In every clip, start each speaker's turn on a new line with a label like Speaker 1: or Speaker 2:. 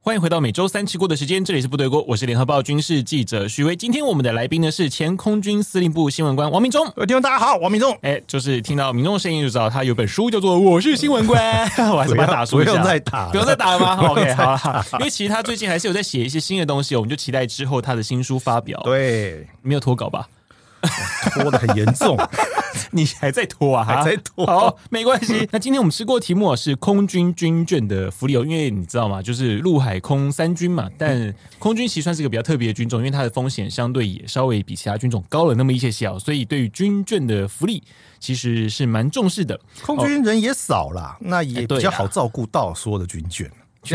Speaker 1: 欢迎回到每周三吃锅的时间，这里是部队锅，我是联合报军事记者徐威。今天我们的来宾呢是前空军司令部新闻官王明 忠。
Speaker 2: 各位听众大家好，王明忠。
Speaker 1: 哎，就是听到民众的声音就知道他有本书叫做《我是新闻官》， 我还是把它打出一下，
Speaker 2: 不用再 打了
Speaker 1: 不用再打了 吗？OK，好了，因为其实他最近还是有在写一些新的东西，我们就期待之后他的新书发表。，
Speaker 2: 对，
Speaker 1: 没有脱稿吧？
Speaker 2: 拖的很严重，
Speaker 1: 你还在拖啊？
Speaker 2: 还在拖
Speaker 1: 好，没关系。 那今天我们吃过的题目啊是空军军眷的福利哦，因为你知道吗？就是陆海空三军
Speaker 2: 嗯
Speaker 1: 嘛，但空军其实算是一个比较特别的军种，因为它的风险相对也稍微比其他军种高了那么一些些哦，所以对于军眷的福利其实是蛮重视的。
Speaker 2: 空军人也少啦，那
Speaker 1: 哎
Speaker 2: 也
Speaker 1: 对
Speaker 2: 比较
Speaker 1: 啦
Speaker 2: 好照顾到所有的军眷。这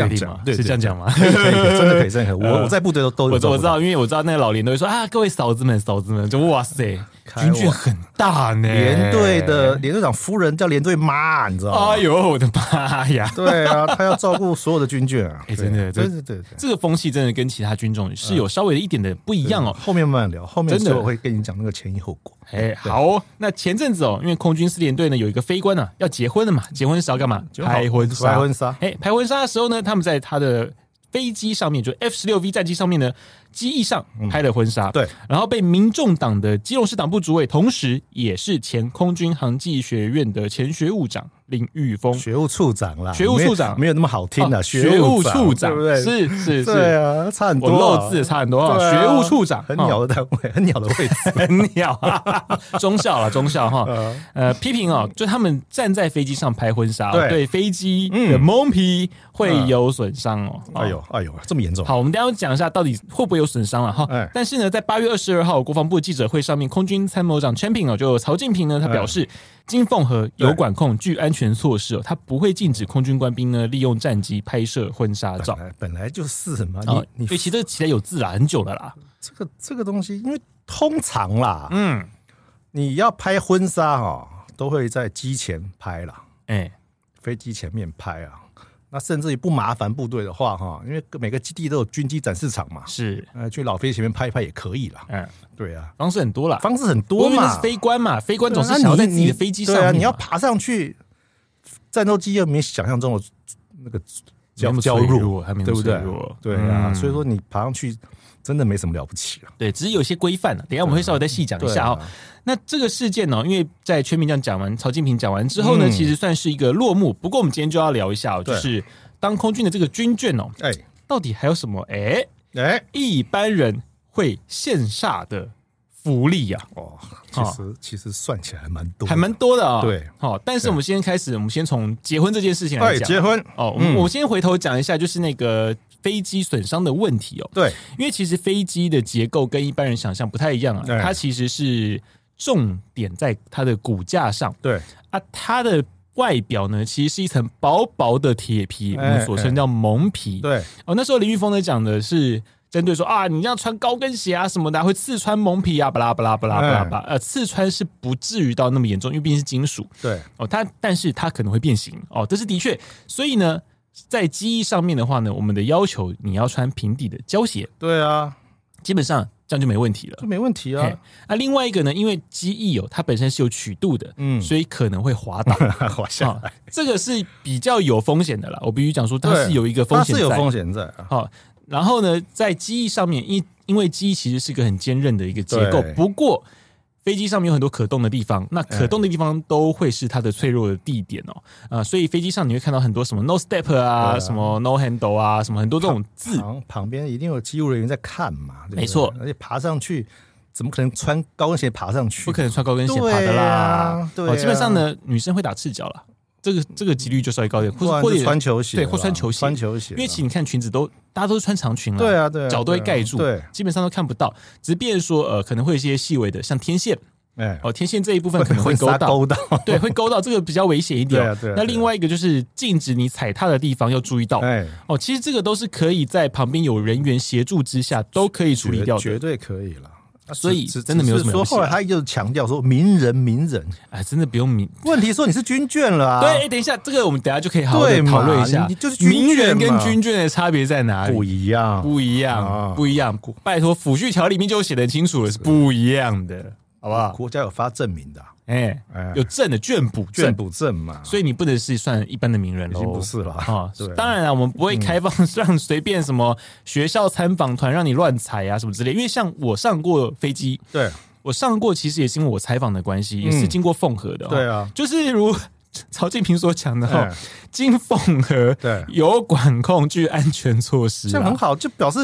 Speaker 1: 哎啊确
Speaker 2: 样
Speaker 1: 定
Speaker 2: 讲
Speaker 1: 吗？
Speaker 2: 对，
Speaker 1: 是这样
Speaker 2: 对
Speaker 1: 讲吗？
Speaker 2: 对可以可以真的可以，真的可以。我我在部队都都
Speaker 1: 我
Speaker 2: 有
Speaker 1: 知我
Speaker 2: 照顾
Speaker 1: 知
Speaker 2: 到
Speaker 1: 道，因为我知道那个老年都会说啊，各位嫂子们、嫂子们，就哇塞，
Speaker 2: 开
Speaker 1: 军
Speaker 2: 玩
Speaker 1: 眷很大呢，
Speaker 2: 连队的，连队长夫人叫连队妈，你知道吗
Speaker 1: 哎？呦我的妈呀！
Speaker 2: 对啊，她要照顾所有的军眷啊。
Speaker 1: 哎真的
Speaker 2: 对
Speaker 1: 这
Speaker 2: 对对对。
Speaker 1: 这个风气真的跟其他军种
Speaker 2: 嗯
Speaker 1: 是有稍微的一点的不一样哦。
Speaker 2: 后面慢慢聊，后面
Speaker 1: 真的
Speaker 2: 所以我会跟你讲那个前因后果。
Speaker 1: 哎，好哦、那前阵子哦，因为空军四连队呢有一个飞官啊要结婚了嘛，结婚是要干嘛？
Speaker 2: 好
Speaker 1: 拍婚纱。
Speaker 2: 拍婚纱
Speaker 1: 哎，拍婚纱的时候呢，他们在他的飞机上面，就 F 十六 V 战机上面呢，机翼上拍了婚纱。
Speaker 2: 嗯对，
Speaker 1: 然后被民众党的基隆市党部主委，同时也是前空军航技学院的前学务长林玉峰。
Speaker 2: 学务处长啦，
Speaker 1: 学务处长
Speaker 2: 没有没有那么好听
Speaker 1: 哦
Speaker 2: 的，
Speaker 1: 学务处长
Speaker 2: 对不对？
Speaker 1: 是是是
Speaker 2: 对啊，差很
Speaker 1: 我
Speaker 2: 多啊，
Speaker 1: 漏字差很多啊，
Speaker 2: 对啊
Speaker 1: 学务处长啊
Speaker 2: 很
Speaker 1: 哦
Speaker 2: 鸟的单位，很鸟的啊嗯 位置。
Speaker 1: 很鸟， 中校了，中校哈。呃，批评哦，就他们站在飞机上拍婚纱哦，
Speaker 2: 对嗯
Speaker 1: 对飞机的蒙皮会有损伤哦。
Speaker 2: 哎呦，哎呦，这么严重？
Speaker 1: 好，我们等一下讲一下到底会不会有损伤了哈
Speaker 2: 哎。
Speaker 1: 但是呢，在八月二十二号国防部记者会上面，空军参谋长 Champion 哦，就曹靖平呢，他表示，
Speaker 2: 哎
Speaker 1: 金凤和有管控具安全措施哦，他不会禁止空军官兵呢利用战机拍摄婚纱照
Speaker 2: 本。来本来就是嘛，
Speaker 1: 哦，
Speaker 2: 哎
Speaker 1: 因
Speaker 2: 你你
Speaker 1: 为其实这个期待有字啦，很久了啦。
Speaker 2: 这个这个东西，因为通常啦，
Speaker 1: 嗯，
Speaker 2: 你要拍婚纱哦，都会在机前拍啦，
Speaker 1: 哎，
Speaker 2: 飞机前面拍啊。那甚至于不麻烦部队的话，哈，因为每个基地都有军机展示场嘛，
Speaker 1: 是，
Speaker 2: 呃，去老飞前面拍一拍也可以啦。
Speaker 1: 嗯，
Speaker 2: 对啊，
Speaker 1: 方式很多啦。
Speaker 2: 方式很
Speaker 1: 我
Speaker 2: 多
Speaker 1: 们是
Speaker 2: 嘛，
Speaker 1: 飞官嘛，飞官总
Speaker 2: 对啊
Speaker 1: 是
Speaker 2: 那
Speaker 1: 想要
Speaker 2: 你
Speaker 1: 在自己
Speaker 2: 你
Speaker 1: 的飞机上
Speaker 2: 对
Speaker 1: 面
Speaker 2: 啊，
Speaker 1: 嘛。
Speaker 2: 你要爬上去，战斗机又没想象中的那个
Speaker 1: 没那
Speaker 2: 娇
Speaker 1: 么
Speaker 2: 娇
Speaker 1: 脆
Speaker 2: 弱
Speaker 1: 弱，还没那
Speaker 2: 对
Speaker 1: 么
Speaker 2: 不对
Speaker 1: 脆弱？
Speaker 2: 对啊，
Speaker 1: 嗯
Speaker 2: 所以说你爬上去真的没什么了不起了。
Speaker 1: 对，只是有些规范啊等一下我们会稍微再细讲一
Speaker 2: 啊
Speaker 1: 下哦。那这个事件呢、因为在全民这样讲完，曹金平讲完之后呢，
Speaker 2: 嗯
Speaker 1: 其实算是一个落幕。不过我们今天就要聊一下哦，就
Speaker 2: 对
Speaker 1: 是当空军的这个军眷哦，
Speaker 2: 哎
Speaker 1: 到底还有什么哎
Speaker 2: 哎
Speaker 1: 一般人会羡煞的福利呀、
Speaker 2: 哦，其实其实算起来还蛮多，
Speaker 1: 还蛮多的啊、
Speaker 2: 对
Speaker 1: 好、但是
Speaker 2: 对
Speaker 1: 我们先开始，我们先从结婚这件事情来
Speaker 2: 哎
Speaker 1: 讲。
Speaker 2: 结婚
Speaker 1: 哦，我们
Speaker 2: 嗯
Speaker 1: 我先回头讲一下，就是那个飞机损伤的问题哦。
Speaker 2: 对
Speaker 1: 因为其实飞机的结构跟一般人想象不太一样啊，
Speaker 2: 对
Speaker 1: 它其实是重点在它的骨架上
Speaker 2: 对
Speaker 1: 啊，它的外表呢其实是一层薄薄的铁皮，我
Speaker 2: 哎
Speaker 1: 们所称叫蒙皮。
Speaker 2: 对
Speaker 1: 哦，那时候林玉峰呢讲的是。针对说啊，你这样穿高跟鞋啊什么的啊、会刺穿蒙皮啊，巴拉巴拉巴拉巴拉巴拉，
Speaker 2: 哎
Speaker 1: 呃，刺穿是不至于到那么严重，因为毕竟是金属。
Speaker 2: 对
Speaker 1: 哦，它但是它可能会变形哦，这是的确。所以呢，在机翼上面的话呢，我们的要求你要穿平底的胶鞋，
Speaker 2: 对啊，
Speaker 1: 基本上这样就没问题了
Speaker 2: 这。没问题
Speaker 1: 嘿
Speaker 2: 啊，
Speaker 1: 那、另外一个呢，因为机翼哦，它本身是有曲度的，
Speaker 2: 嗯
Speaker 1: 所以可能会滑 倒。
Speaker 2: 滑下
Speaker 1: 哦
Speaker 2: 来，
Speaker 1: 这个是比较有风险的啦。我必须讲说，它是有一个风
Speaker 2: 它
Speaker 1: 险
Speaker 2: 是有
Speaker 1: 在。
Speaker 2: 风险在啊，
Speaker 1: 好、然后呢，在机翼上面，因因为机翼其实是个很坚韧的一个结构，
Speaker 2: 对
Speaker 1: 不过飞机上面有很多可动的地方，那可动的地方都会是它的脆弱的地点哦。啊、所以飞机上你会看到很多什么 no step 啊，
Speaker 2: 对啊
Speaker 1: 什么 no handle 啊，什么很多这种字。
Speaker 2: 旁旁边一定有机务人员在看嘛，对不对
Speaker 1: 没错
Speaker 2: 而且爬上去怎么可能穿高跟鞋爬上去？
Speaker 1: 不可能穿高跟鞋爬的
Speaker 2: 对
Speaker 1: 啦哦
Speaker 2: 啊。对啊
Speaker 1: 基本上呢，女生会打赤脚啦，这个这个几率就稍微高一点，
Speaker 2: 不
Speaker 1: 或
Speaker 2: 然
Speaker 1: 者或者
Speaker 2: 就穿球鞋啦，
Speaker 1: 对，或穿球鞋，
Speaker 2: 穿球鞋
Speaker 1: 因
Speaker 2: 啦，
Speaker 1: 为其实你看裙子都大家都是穿长裙了，
Speaker 2: 对啊对啊
Speaker 1: 脚都会
Speaker 2: 对啊
Speaker 1: 盖住，
Speaker 2: 对
Speaker 1: 基本上都看不到。即便说呃，可能会有一些细微的，像天线
Speaker 2: 哎
Speaker 1: 哦，天线这一部分可能会勾
Speaker 2: 撒
Speaker 1: 到。
Speaker 2: 勾到，
Speaker 1: 对，会勾到这个比较危险一点哦、
Speaker 2: 对啊对啊对啊
Speaker 1: 那另外一个就是禁止你踩踏的地方要注意到、
Speaker 2: 哎，
Speaker 1: 哦。其实这个都是可以在旁边有人员协助之下都可以处理掉的。啊
Speaker 2: 绝对可以了。那
Speaker 1: 所以
Speaker 2: 只
Speaker 1: 真的没有什么
Speaker 2: 只
Speaker 1: 了不
Speaker 2: 是
Speaker 1: 起啊
Speaker 2: 说后来他就强调说名人名人，
Speaker 1: 哎，真的不用名。
Speaker 2: 问题说你是军眷了啊，
Speaker 1: 对，哎，等一下，这个我们等一下就可以好好地
Speaker 2: 对嘛
Speaker 1: 讨论一下，
Speaker 2: 你就是军眷嘛
Speaker 1: 名人跟军眷的差别在哪里
Speaker 2: 不？一样，
Speaker 1: 不一
Speaker 2: 啊
Speaker 1: 样，不一样。拜托，抚恤条里面就有写的清楚了，是不一样的，好不好？
Speaker 2: 国家有发证明的啊、
Speaker 1: 哎
Speaker 2: 哎，
Speaker 1: 有证的卷补
Speaker 2: 眷
Speaker 1: 证，
Speaker 2: 补证嘛，
Speaker 1: 所以你不能是算一般的名人
Speaker 2: 已
Speaker 1: 喽，
Speaker 2: 经不是了
Speaker 1: 啊
Speaker 2: 对啊。嗯
Speaker 1: 当然了，我们不会开放让随便什么学校参访团让你乱踩啊什么之类，因为像我上过飞机，
Speaker 2: 对
Speaker 1: 我上过其实也是因为我采访的关系，也是经过缝合的、哦
Speaker 2: 嗯对啊，
Speaker 1: 就是如曹建平所讲的、哦
Speaker 2: 哎，
Speaker 1: 经缝合
Speaker 2: 对
Speaker 1: 有管控具安全措施、啊，
Speaker 2: 这样很好，就表示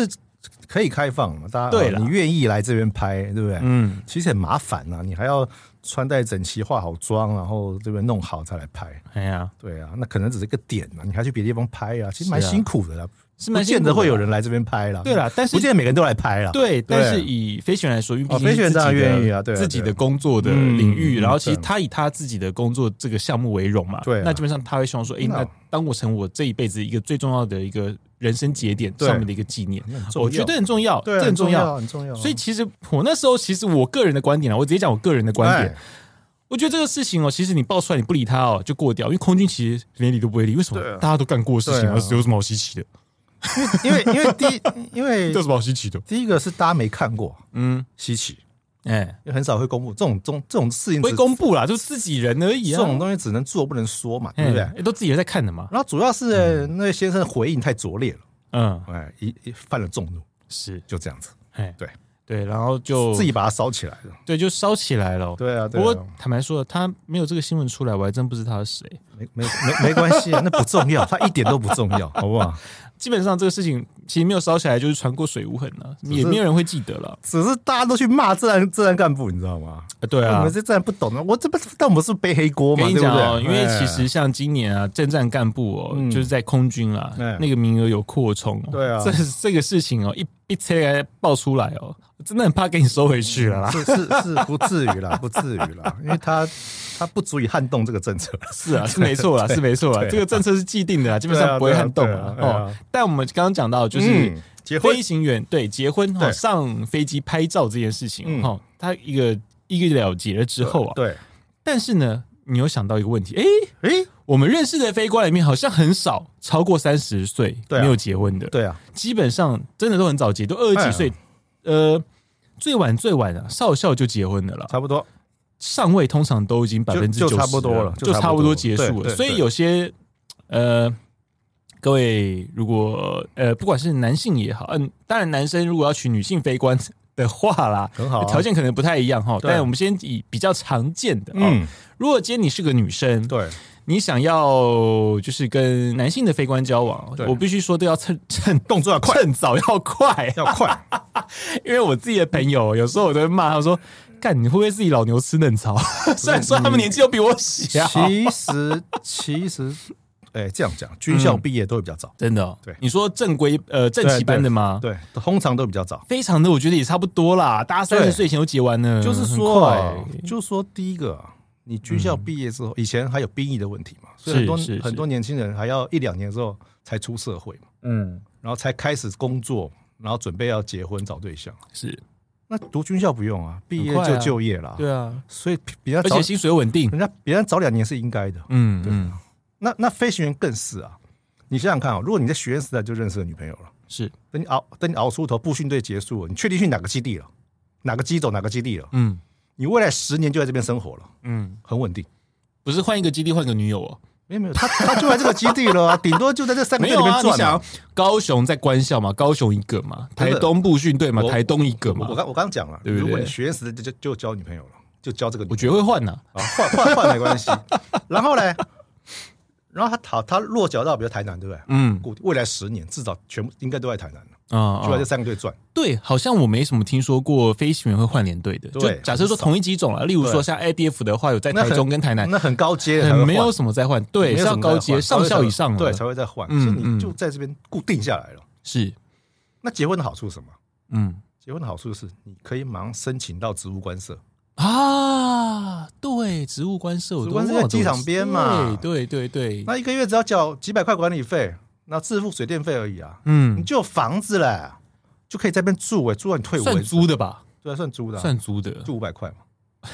Speaker 2: 可以开放嘛，大家哦
Speaker 1: 对啦
Speaker 2: 你愿意来这边拍，对不对？
Speaker 1: 嗯，
Speaker 2: 其实很麻烦呐、你还要穿戴整齐、化好妆，然后这边弄好再来拍。
Speaker 1: 哎呀，
Speaker 2: 对啊，那可能只是个点啊，你还去别地方拍啊，其实蛮
Speaker 1: 是啊
Speaker 2: 辛苦的啦，
Speaker 1: 是蛮
Speaker 2: 不
Speaker 1: 辛
Speaker 2: 见
Speaker 1: 苦
Speaker 2: 得
Speaker 1: 的啊
Speaker 2: 会有人来这边拍啦。
Speaker 1: 对啦但是
Speaker 2: 不见得每个人都来拍啦。
Speaker 1: 对，但是
Speaker 2: 对
Speaker 1: 以飞行员来说，因为毕
Speaker 2: 哦
Speaker 1: 竟是
Speaker 2: 飞行员
Speaker 1: 自己
Speaker 2: 当然
Speaker 1: 的
Speaker 2: 愿意啊对啊
Speaker 1: 自己
Speaker 2: 对
Speaker 1: 的
Speaker 2: 啊
Speaker 1: 工作的领域，
Speaker 2: 嗯
Speaker 1: 然后其实
Speaker 2: 对
Speaker 1: 他以他自己的工作这个项目为荣嘛，
Speaker 2: 对啊
Speaker 1: 那基本上他会希望说，哎，
Speaker 2: 那
Speaker 1: 那当我成我这一辈子一个最重要的一个人生节点
Speaker 2: 对
Speaker 1: 上面的一个纪念
Speaker 2: 那很，重要
Speaker 1: 我觉得很重要，
Speaker 2: 对啊，
Speaker 1: 这很重要。
Speaker 2: 很重要。
Speaker 1: 所以其实我那时候，其实我个人的观点啊，我直接讲我个人的观点，
Speaker 2: 哎
Speaker 1: 我觉得这个事情哦，其实你爆出来你不理他哦，就过掉，因为空军其实连理都不会理，为什么
Speaker 2: 对啊？
Speaker 1: 大家都干过的事情，
Speaker 2: 对啊
Speaker 1: 而是有什么好稀奇的？
Speaker 2: 因为因为第一因 为
Speaker 1: 有什么好稀奇的？
Speaker 2: 第一个是大家没看过
Speaker 1: 嗯，
Speaker 2: 稀奇，
Speaker 1: 哎，
Speaker 2: 因为很少会公布这种中这种事情
Speaker 1: 不
Speaker 2: 只，
Speaker 1: 会公布啦，就自己人而已
Speaker 2: 这
Speaker 1: 啊。
Speaker 2: 种东西只能做不能说嘛，对
Speaker 1: 哎
Speaker 2: 不对？
Speaker 1: 哎都自己人在看的嘛。
Speaker 2: 然后主要是呃那位先生的回应太拙劣了，
Speaker 1: 嗯，
Speaker 2: 哎，一一犯了众怒，
Speaker 1: 是，
Speaker 2: 就这样子，
Speaker 1: 哎，
Speaker 2: 对
Speaker 1: 对，然后就
Speaker 2: 自己把它烧起来了。
Speaker 1: 对就烧起来了。
Speaker 2: 哦对啊，
Speaker 1: 不
Speaker 2: 对
Speaker 1: 过
Speaker 2: 啊，
Speaker 1: 坦白说，他没有这个新闻出来，我还真不知他是谁。
Speaker 2: 没没没 没关系啊，那不重要，它一点都不重要，好不好？
Speaker 1: 基本上这个事情其实没有烧起来，就是传过水无痕了，
Speaker 2: 是
Speaker 1: 也没有人会记得了。
Speaker 2: 只是大家都去骂自然自然干部，你知道吗？
Speaker 1: 啊对
Speaker 2: 我
Speaker 1: 啊
Speaker 2: 们，这自然不懂的，我这不，但呃我们是背黑锅
Speaker 1: 我
Speaker 2: 嘛，
Speaker 1: 跟
Speaker 2: 对
Speaker 1: 你
Speaker 2: 不
Speaker 1: 讲哦，
Speaker 2: 对？
Speaker 1: 因为
Speaker 2: 哎
Speaker 1: 其实像今年啊，政战干部哦，
Speaker 2: 嗯
Speaker 1: 就是在空军啦，
Speaker 2: 哎
Speaker 1: 那个名额有扩充哦。
Speaker 2: 对啊
Speaker 1: 这这个事情哦，一一切爆出来哦，真的很怕给你收回去了啦。
Speaker 2: 是是是不至于啦，不 至于啦，因为他他不足以撼动这个政策。
Speaker 1: 是 啊，是没错啦，是没错啦，
Speaker 2: 对啊
Speaker 1: 这个政策是既定的啦，啊基本上不会撼动啦
Speaker 2: 对啊对啊对
Speaker 1: 哦
Speaker 2: 啊。
Speaker 1: 但我们刚刚讲到，就是
Speaker 2: 嗯结婚
Speaker 1: 飞行员对结婚哦，
Speaker 2: 对
Speaker 1: 上飞机拍照这件事情
Speaker 2: 嗯
Speaker 1: 哦，它一个一个了结了之后啊，
Speaker 2: 对，
Speaker 1: 但是呢，你有想到一个问题，诶，
Speaker 2: 诶，
Speaker 1: 我们认识的飞官里面好像很少超过三十岁
Speaker 2: 对啊
Speaker 1: 没有结婚的，
Speaker 2: 对啊，哎
Speaker 1: 基本上真的都很早结，都二十几岁，呃，最晚最晚啊，少校就结婚的了。
Speaker 2: 差不多。
Speaker 1: 上位通常都已经百
Speaker 2: 就
Speaker 1: 分之
Speaker 2: 就
Speaker 1: 九十
Speaker 2: 差不多了
Speaker 1: 就
Speaker 2: 就
Speaker 1: 差
Speaker 2: 差
Speaker 1: 不
Speaker 2: 不
Speaker 1: 多
Speaker 2: 多
Speaker 1: 结束
Speaker 2: 对
Speaker 1: 了。
Speaker 2: 对
Speaker 1: 所以
Speaker 2: 对
Speaker 1: 有些呃，各位如果呃，不管是男性也好，嗯、当然男生如果要娶女性非官的话啦，
Speaker 2: 很好啊
Speaker 1: 条件可能不太一样哈。
Speaker 2: 对
Speaker 1: 但我们先以比较常见的，嗯
Speaker 2: 嗯，
Speaker 1: 如果今天你是个女生，
Speaker 2: 对，
Speaker 1: 你想要就是跟男性的非官交往，
Speaker 2: 对
Speaker 1: 我必须说都要趁趁
Speaker 2: 动作要快
Speaker 1: 趁早要快，
Speaker 2: 要 快，
Speaker 1: 因为我自己的朋友有时候我都会骂他说：“干，你会不会自己老牛吃嫩草？” 虽然说他们年纪都比我小，
Speaker 2: 其实其实，哎、这样讲，军校毕业都会比较早，
Speaker 1: 真的哦、
Speaker 2: 对
Speaker 1: 你说正规呃正旗班的吗？
Speaker 2: 对，通常都比较早。
Speaker 1: 非常的，我觉得也差不多啦，大家三十
Speaker 2: 对
Speaker 1: 岁前都结完了，
Speaker 2: 就是
Speaker 1: 嗯很
Speaker 2: 说
Speaker 1: 快嗯
Speaker 2: 啊，就是说，第一个啊，你军校毕业之后，以前还有兵役的问题嘛，所以
Speaker 1: 是
Speaker 2: 很多
Speaker 1: 是是
Speaker 2: 很多年轻人还要一两年之后才出社会嘛，
Speaker 1: 嗯，
Speaker 2: 然后才开始工作，然后准备要结婚找对象。
Speaker 1: 是
Speaker 2: 那读军校不用啊，毕业
Speaker 1: 很快
Speaker 2: 就
Speaker 1: 啊
Speaker 2: 就业啦。
Speaker 1: 对啊，
Speaker 2: 所以比比较
Speaker 1: 而
Speaker 2: 早
Speaker 1: 且，薪水稳定，
Speaker 2: 人家别人早两年是应该的。
Speaker 1: 嗯嗯，
Speaker 2: 那那飞行员更是啊，你想想看啊，如果你在学生时代就认识了女朋友了，
Speaker 1: 是
Speaker 2: 等你熬等你熬出头，步训队结束了，你确定去哪个基地了，哪个机走哪个基地了，
Speaker 1: 嗯
Speaker 2: 你未来十年就在这边生活了，
Speaker 1: 嗯，
Speaker 2: 很稳定。
Speaker 1: 不是换一个基地换个女友哦，
Speaker 2: 没有没有，他他就在这个基地 了、啊，顶多就在这三个
Speaker 1: 没
Speaker 2: 队
Speaker 1: 有
Speaker 2: 里
Speaker 1: 啊，
Speaker 2: 面
Speaker 1: 你
Speaker 2: 转嘛、
Speaker 1: 想高雄在官校嘛，高雄一个嘛，
Speaker 2: 真
Speaker 1: 台
Speaker 2: 的
Speaker 1: 东部训队嘛，
Speaker 2: 我
Speaker 1: 台东一个嘛
Speaker 2: 我我，刚我刚讲了，
Speaker 1: 对不对
Speaker 2: 如果你学生时代就就就交女朋友了，就交这个女
Speaker 1: 我
Speaker 2: 朋
Speaker 1: 觉
Speaker 2: 友，
Speaker 1: 得会换呐，
Speaker 2: 啊换换换没关系。然后呢，然后他他他落脚到比如台南，对不对？
Speaker 1: 嗯
Speaker 2: 固定未来十年至少全部应该都在台南了，
Speaker 1: 啊啊
Speaker 2: 就在这三个队转。
Speaker 1: 对，好像我没什么听说过飞行员会换连队的。就
Speaker 2: 对
Speaker 1: 假设说同一机种了，例如说
Speaker 2: 对
Speaker 1: 像 IDF 的话，有在
Speaker 2: 那
Speaker 1: 台
Speaker 2: 很
Speaker 1: 中跟台南，
Speaker 2: 那很高阶的才会
Speaker 1: 很
Speaker 2: 换，
Speaker 1: 没有什么在换，对，
Speaker 2: 没
Speaker 1: 是
Speaker 2: 有什
Speaker 1: 要
Speaker 2: 么
Speaker 1: 高
Speaker 2: 再
Speaker 1: 阶
Speaker 2: 换
Speaker 1: 上校以上了，
Speaker 2: 对才会再换，
Speaker 1: 嗯
Speaker 2: 所以
Speaker 1: 嗯
Speaker 2: 你就在这边固定下来了。
Speaker 1: 是，
Speaker 2: 那结婚的好处是什么？
Speaker 1: 嗯
Speaker 2: 结婚的好处是你可以马上申请到职务官社，
Speaker 1: 啊，对，职务官舍，我都
Speaker 2: 职务官舍
Speaker 1: 忘了
Speaker 2: 在机场边嘛
Speaker 1: 对对对对，
Speaker 2: 那一个月只要缴几百块管理费，那自付水电费而已啊，你
Speaker 1: 嗯，
Speaker 2: 就有房子了，就可以在那边住哎、住到你退伍
Speaker 1: 算
Speaker 2: 为止。
Speaker 1: 租的吧？
Speaker 2: 对啊，算租的啊、
Speaker 1: 算租的，
Speaker 2: 住五百块嘛。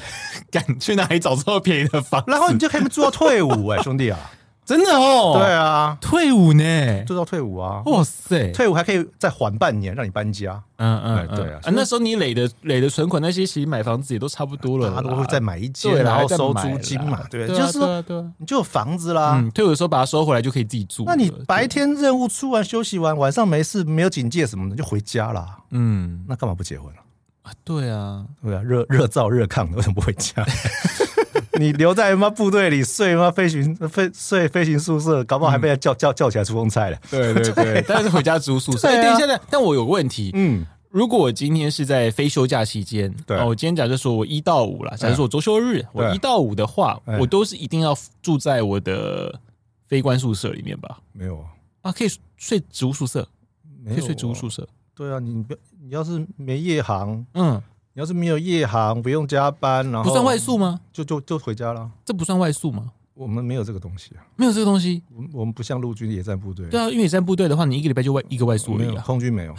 Speaker 1: 敢去哪里找这么便宜的房子？
Speaker 2: 然后你就可以住到退伍哎、兄弟啊！
Speaker 1: 真的哦，
Speaker 2: 对，啊，
Speaker 1: 退伍呢，
Speaker 2: 住到退伍啊，
Speaker 1: 哇塞，
Speaker 2: 退伍还可以再缓半年让你搬家，
Speaker 1: 嗯嗯，
Speaker 2: 哎对啊
Speaker 1: 嗯那时候你累的累的存款那些，其实买房子也都差不多了啦，
Speaker 2: 他都会再买一
Speaker 1: 啊对
Speaker 2: 间，
Speaker 1: 啦，
Speaker 2: 然
Speaker 1: 还
Speaker 2: 后
Speaker 1: 在
Speaker 2: 收
Speaker 1: 买
Speaker 2: 租
Speaker 1: 啦
Speaker 2: 金嘛，对，
Speaker 1: 对啊，
Speaker 2: 就是
Speaker 1: 对
Speaker 2: 说
Speaker 1: 啊对啊
Speaker 2: 你就有房子啦。
Speaker 1: 嗯，退伍的时候把它收回来就可以自己住了。
Speaker 2: 那你
Speaker 1: 对
Speaker 2: 白天任务出完休息完，晚上没事没有警戒什么的就回家啦，
Speaker 1: 嗯，
Speaker 2: 那干嘛不结婚啊？
Speaker 1: 啊对啊，
Speaker 2: 对啊，热热燥热炕的为什么不回 家？你留在妈部队里睡妈飞行飞睡飞行宿舍，搞不好还被人叫、叫叫起来出风菜了。
Speaker 1: 对 对对，但是回家住宿舍。
Speaker 2: 对啊
Speaker 1: 哎等一下，等一下但我有个问题，
Speaker 2: 嗯，
Speaker 1: 如果我今天是在非休假期间，
Speaker 2: 对嗯
Speaker 1: 哦我今天假设说我一到五啦，假设说我周休日，我
Speaker 2: 对
Speaker 1: 一到五的话，
Speaker 2: 哎
Speaker 1: 我都是一定要住在我的非官宿舍里面吧？
Speaker 2: 没有啊，
Speaker 1: 啊，可以睡植物宿舍，
Speaker 2: 没啊
Speaker 1: 可以睡植
Speaker 2: 住
Speaker 1: 物
Speaker 2: 宿。
Speaker 1: 宿舍，
Speaker 2: 对啊，你不你要是没夜航，
Speaker 1: 嗯，
Speaker 2: 你要是没有夜航，不用加班，然后
Speaker 1: 不算外宿吗？
Speaker 2: 就就就回家了。
Speaker 1: 这不算外宿吗？
Speaker 2: 我们没有这个东西啊，
Speaker 1: 没有这个东西。
Speaker 2: 我们我们不像陆军野战部队，
Speaker 1: 对啊，因为你在部队的话，你一个礼拜就外一个外
Speaker 2: 我
Speaker 1: 宿而
Speaker 2: 没
Speaker 1: 已
Speaker 2: 有
Speaker 1: 啊，
Speaker 2: 空军没有，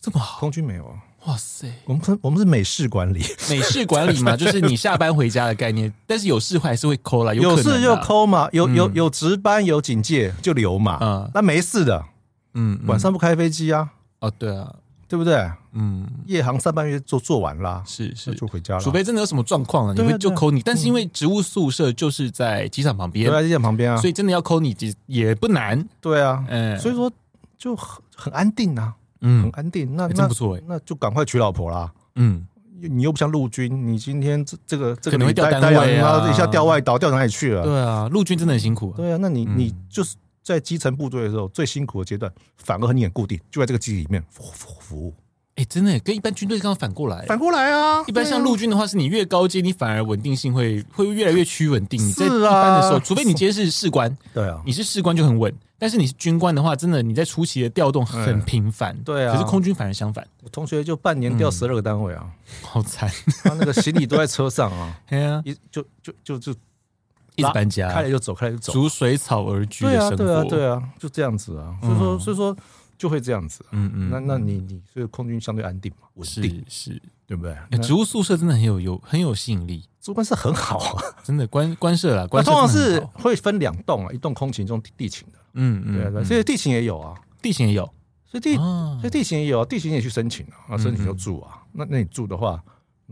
Speaker 1: 这么好，
Speaker 2: 空军没有啊，
Speaker 1: 哇塞！
Speaker 2: 我们空我们是美式管理，
Speaker 1: 美式管理 嘛，就是你下班回家的概念，但是有事还是会抠啦，
Speaker 2: 有
Speaker 1: 可能
Speaker 2: 事
Speaker 1: 啊
Speaker 2: 就，抠嘛，有有
Speaker 1: 嗯
Speaker 2: 有值班有警戒就留嘛
Speaker 1: 嗯，
Speaker 2: 那没事的，
Speaker 1: 嗯，嗯
Speaker 2: 晚上不开飞机啊，
Speaker 1: 哦，对啊，
Speaker 2: 对不对？
Speaker 1: 嗯，
Speaker 2: 夜航上半月做做完啦，
Speaker 1: 是
Speaker 2: 那
Speaker 1: 是，
Speaker 2: 就回家了。
Speaker 1: 除非真的有什么状况了，你
Speaker 2: 对啊
Speaker 1: 会就
Speaker 2: 对啊
Speaker 1: 抠你，但是因为植物宿舍就是在机场旁边
Speaker 2: 留，在机场旁边啊
Speaker 1: 所，以真的要抠你也也不难，
Speaker 2: 对啊，
Speaker 1: 嗯，
Speaker 2: 所以说就很很安定啊，很
Speaker 1: 嗯，
Speaker 2: 安定。那
Speaker 1: 还真
Speaker 2: 那
Speaker 1: 不错哎，
Speaker 2: 那就赶快娶老婆啦。
Speaker 1: 嗯，
Speaker 2: 你又不像陆军，你今天这这个这
Speaker 1: 可
Speaker 2: 个
Speaker 1: 能会
Speaker 2: 礼拜
Speaker 1: 调单位啊
Speaker 2: 待两然后一下调外岛，调哪里去了？
Speaker 1: 对啊，陆军真的很辛苦啊，
Speaker 2: 对啊，那你、
Speaker 1: 嗯
Speaker 2: 你就是在基层部队的时候最辛苦的阶段，反而你很固定，就在这个基地里面服服服务。
Speaker 1: 哎，真的耶跟一般军队刚刚反过来。
Speaker 2: 反过来啊，
Speaker 1: 哎一般像陆军的话，是你越高阶，你反而稳定性会会越来越趋稳定。你在一
Speaker 2: 是啊
Speaker 1: 般的时候，除非你今天是士官，
Speaker 2: 对啊，
Speaker 1: 你是士官就很稳，但是你是军官的话，真的你在初期的调动很频繁。
Speaker 2: 对啊
Speaker 1: 可是空军反而相反，
Speaker 2: 我同学就半
Speaker 1: 嗯
Speaker 2: 年调十二个单位啊，
Speaker 1: 好惨。
Speaker 2: 他那个行李都在车上啊，
Speaker 1: 哎呀，
Speaker 2: 一就就就就
Speaker 1: 一直搬家
Speaker 2: 开，了就走，开了就走。
Speaker 1: 逐水草而居的
Speaker 2: 对啊，
Speaker 1: 生活。
Speaker 2: 对啊，对啊，就这样子啊。所以说，所以说就会这样子啊。
Speaker 1: 嗯嗯，
Speaker 2: 那那你你所以空军相对安定嘛，稳定，
Speaker 1: 是是，
Speaker 2: 对不对？
Speaker 1: 哎
Speaker 2: 那
Speaker 1: 植物宿舍真的很有有很有吸引力，
Speaker 2: 主管是很好啊。
Speaker 1: 真的官官舍啦，
Speaker 2: 那
Speaker 1: 官舍
Speaker 2: 通常
Speaker 1: 真的很
Speaker 2: 是
Speaker 1: 好
Speaker 2: 会分两栋啊，一栋空勤，一栋地勤的。
Speaker 1: 嗯
Speaker 2: 对啊，
Speaker 1: 嗯
Speaker 2: 对啊
Speaker 1: 嗯，
Speaker 2: 所以地勤也有啊，
Speaker 1: 地形也有
Speaker 2: 所以地
Speaker 1: 啊
Speaker 2: 所以，地勤也有啊，地勤也去申请
Speaker 1: 嗯
Speaker 2: 啊，啊申请就住啊。那那你住的话，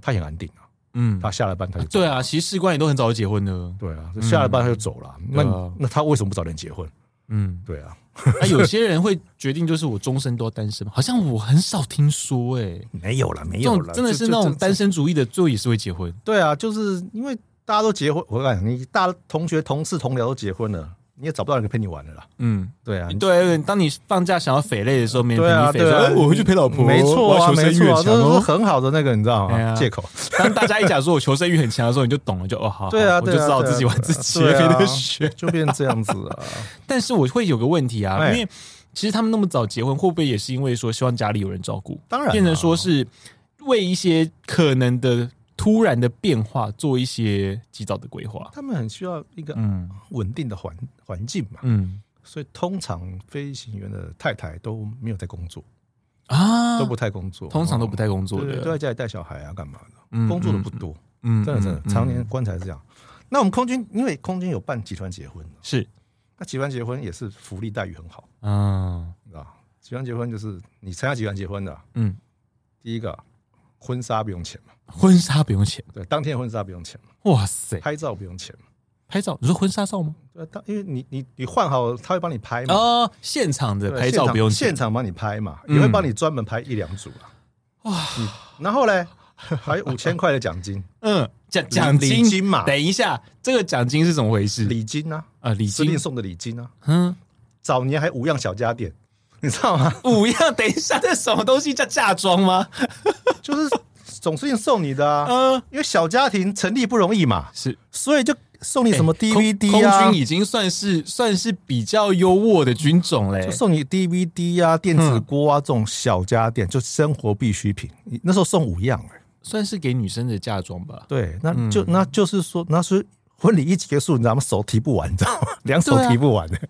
Speaker 2: 他也很安定啊，
Speaker 1: 嗯，
Speaker 2: 他下了班他就走
Speaker 1: 对啊，其实士官也都很早就结婚了，
Speaker 2: 对啊，下了班他就走了。那
Speaker 1: 对啊
Speaker 2: 你那他为什么不早点结婚？
Speaker 1: 嗯，
Speaker 2: 对啊，
Speaker 1: 那有些人会决定就是我终身都要单身嘛，好像我很少听说哎，
Speaker 2: 没有了，没
Speaker 1: 这
Speaker 2: 有
Speaker 1: 种
Speaker 2: 了，
Speaker 1: 真的
Speaker 2: 就是
Speaker 1: 那种。单
Speaker 2: 就就
Speaker 1: 身主义的，最后也是会结婚。
Speaker 2: 对啊，就是因为大家都结婚，我讲你大同学、同事、同僚都结婚了，你也找不到人陪你玩了啦。
Speaker 1: 嗯，
Speaker 2: 对啊，
Speaker 1: 对，当你放假想要匪类的时候，没人陪
Speaker 2: 对啊
Speaker 1: 你匪，
Speaker 2: 对啊
Speaker 1: 说哎我回去陪老婆，
Speaker 2: 没错
Speaker 1: 我
Speaker 2: 啊，
Speaker 1: 要求
Speaker 2: 没
Speaker 1: 生欲
Speaker 2: 错啊，
Speaker 1: 很强
Speaker 2: 这是
Speaker 1: 哦。
Speaker 2: 很好的那个，你知道
Speaker 1: 哎呀
Speaker 2: 吗？借口。
Speaker 1: 当大家一讲说我求生欲很强的时候，你就懂了，就哦好，好
Speaker 2: 对啊，
Speaker 1: 我就
Speaker 2: 对啊
Speaker 1: 知道
Speaker 2: 对啊
Speaker 1: 自己玩自己，
Speaker 2: 对
Speaker 1: 非
Speaker 2: 啊
Speaker 1: 得学。
Speaker 2: 就变成这样子啊。
Speaker 1: 但是我会有个问题啊，
Speaker 2: 哎
Speaker 1: 因为其实他们那么早结婚，会不会也是因为说希望家里有人照顾，
Speaker 2: 当然啊
Speaker 1: 变成说是为一些可能的突然的变化做一些及早的规划？
Speaker 2: 他们很需要一个
Speaker 1: 嗯
Speaker 2: 稳定的环环境嘛，
Speaker 1: 嗯
Speaker 2: 所以通常飞行员的太太都没有在工作，
Speaker 1: 啊
Speaker 2: 都，不太工作，
Speaker 1: 通常都不太工作
Speaker 2: 对
Speaker 1: 的，
Speaker 2: 都在家里带小孩啊，干嘛的？
Speaker 1: 嗯
Speaker 2: 工作的不，多，
Speaker 1: 嗯嗯
Speaker 2: 真的真
Speaker 1: 嗯
Speaker 2: 的，
Speaker 1: 嗯
Speaker 2: 常年观察是这样。那我们空军，因为空军有办集团结婚的，
Speaker 1: 是
Speaker 2: 那集团结婚也是福利待遇很好，
Speaker 1: 嗯
Speaker 2: 你知道吧？集团结婚就是你参加集团结婚的，
Speaker 1: 嗯，
Speaker 2: 第一个婚纱不用钱嘛，
Speaker 1: 婚纱不用钱。
Speaker 2: 对，当天的婚纱不用钱嘛，
Speaker 1: 哇塞，
Speaker 2: 拍照不用钱嘛，
Speaker 1: 拍照？你说婚纱照吗？
Speaker 2: 对，啊当因为你你你换好，他会帮你拍嘛，
Speaker 1: 哦，现场的
Speaker 2: 对
Speaker 1: 拍照
Speaker 2: 现场
Speaker 1: 不用
Speaker 2: 现
Speaker 1: 钱。
Speaker 2: 场帮你拍嘛，
Speaker 1: 嗯
Speaker 2: 也会帮你专门拍一两组啊。哇，然后嘞，还有五千块的奖金，
Speaker 1: 嗯，奖奖
Speaker 2: 礼
Speaker 1: 金
Speaker 2: 金嘛
Speaker 1: 等一下，这个奖金是怎么回事？
Speaker 2: 礼金啊，
Speaker 1: 啊，礼
Speaker 2: 司令
Speaker 1: 金。
Speaker 2: 送的礼金啊，
Speaker 1: 嗯，？
Speaker 2: 早年还五样小家电，你知道吗
Speaker 1: 五样。等一下，这什么东西叫嫁妆吗？
Speaker 2: 就是总司令送你 的啊，
Speaker 1: 嗯，
Speaker 2: 因为小家庭成立不容易嘛，
Speaker 1: 是
Speaker 2: 所以就送你什么
Speaker 1: 哎空
Speaker 2: DVD 啊
Speaker 1: 空军，已经算是算是比较优渥的军种嘞
Speaker 2: 就。送你 DVD 啊、电子锅啊这种小家电，就生活必需品。你那时候送五样哎，
Speaker 1: 算是给女生的嫁妆吧。
Speaker 2: 对，那
Speaker 1: 嗯
Speaker 2: 就那就 是说，那是婚礼一结束，你知道吗？手提不完，你知道吗？两手
Speaker 1: 对啊
Speaker 2: 提不完的。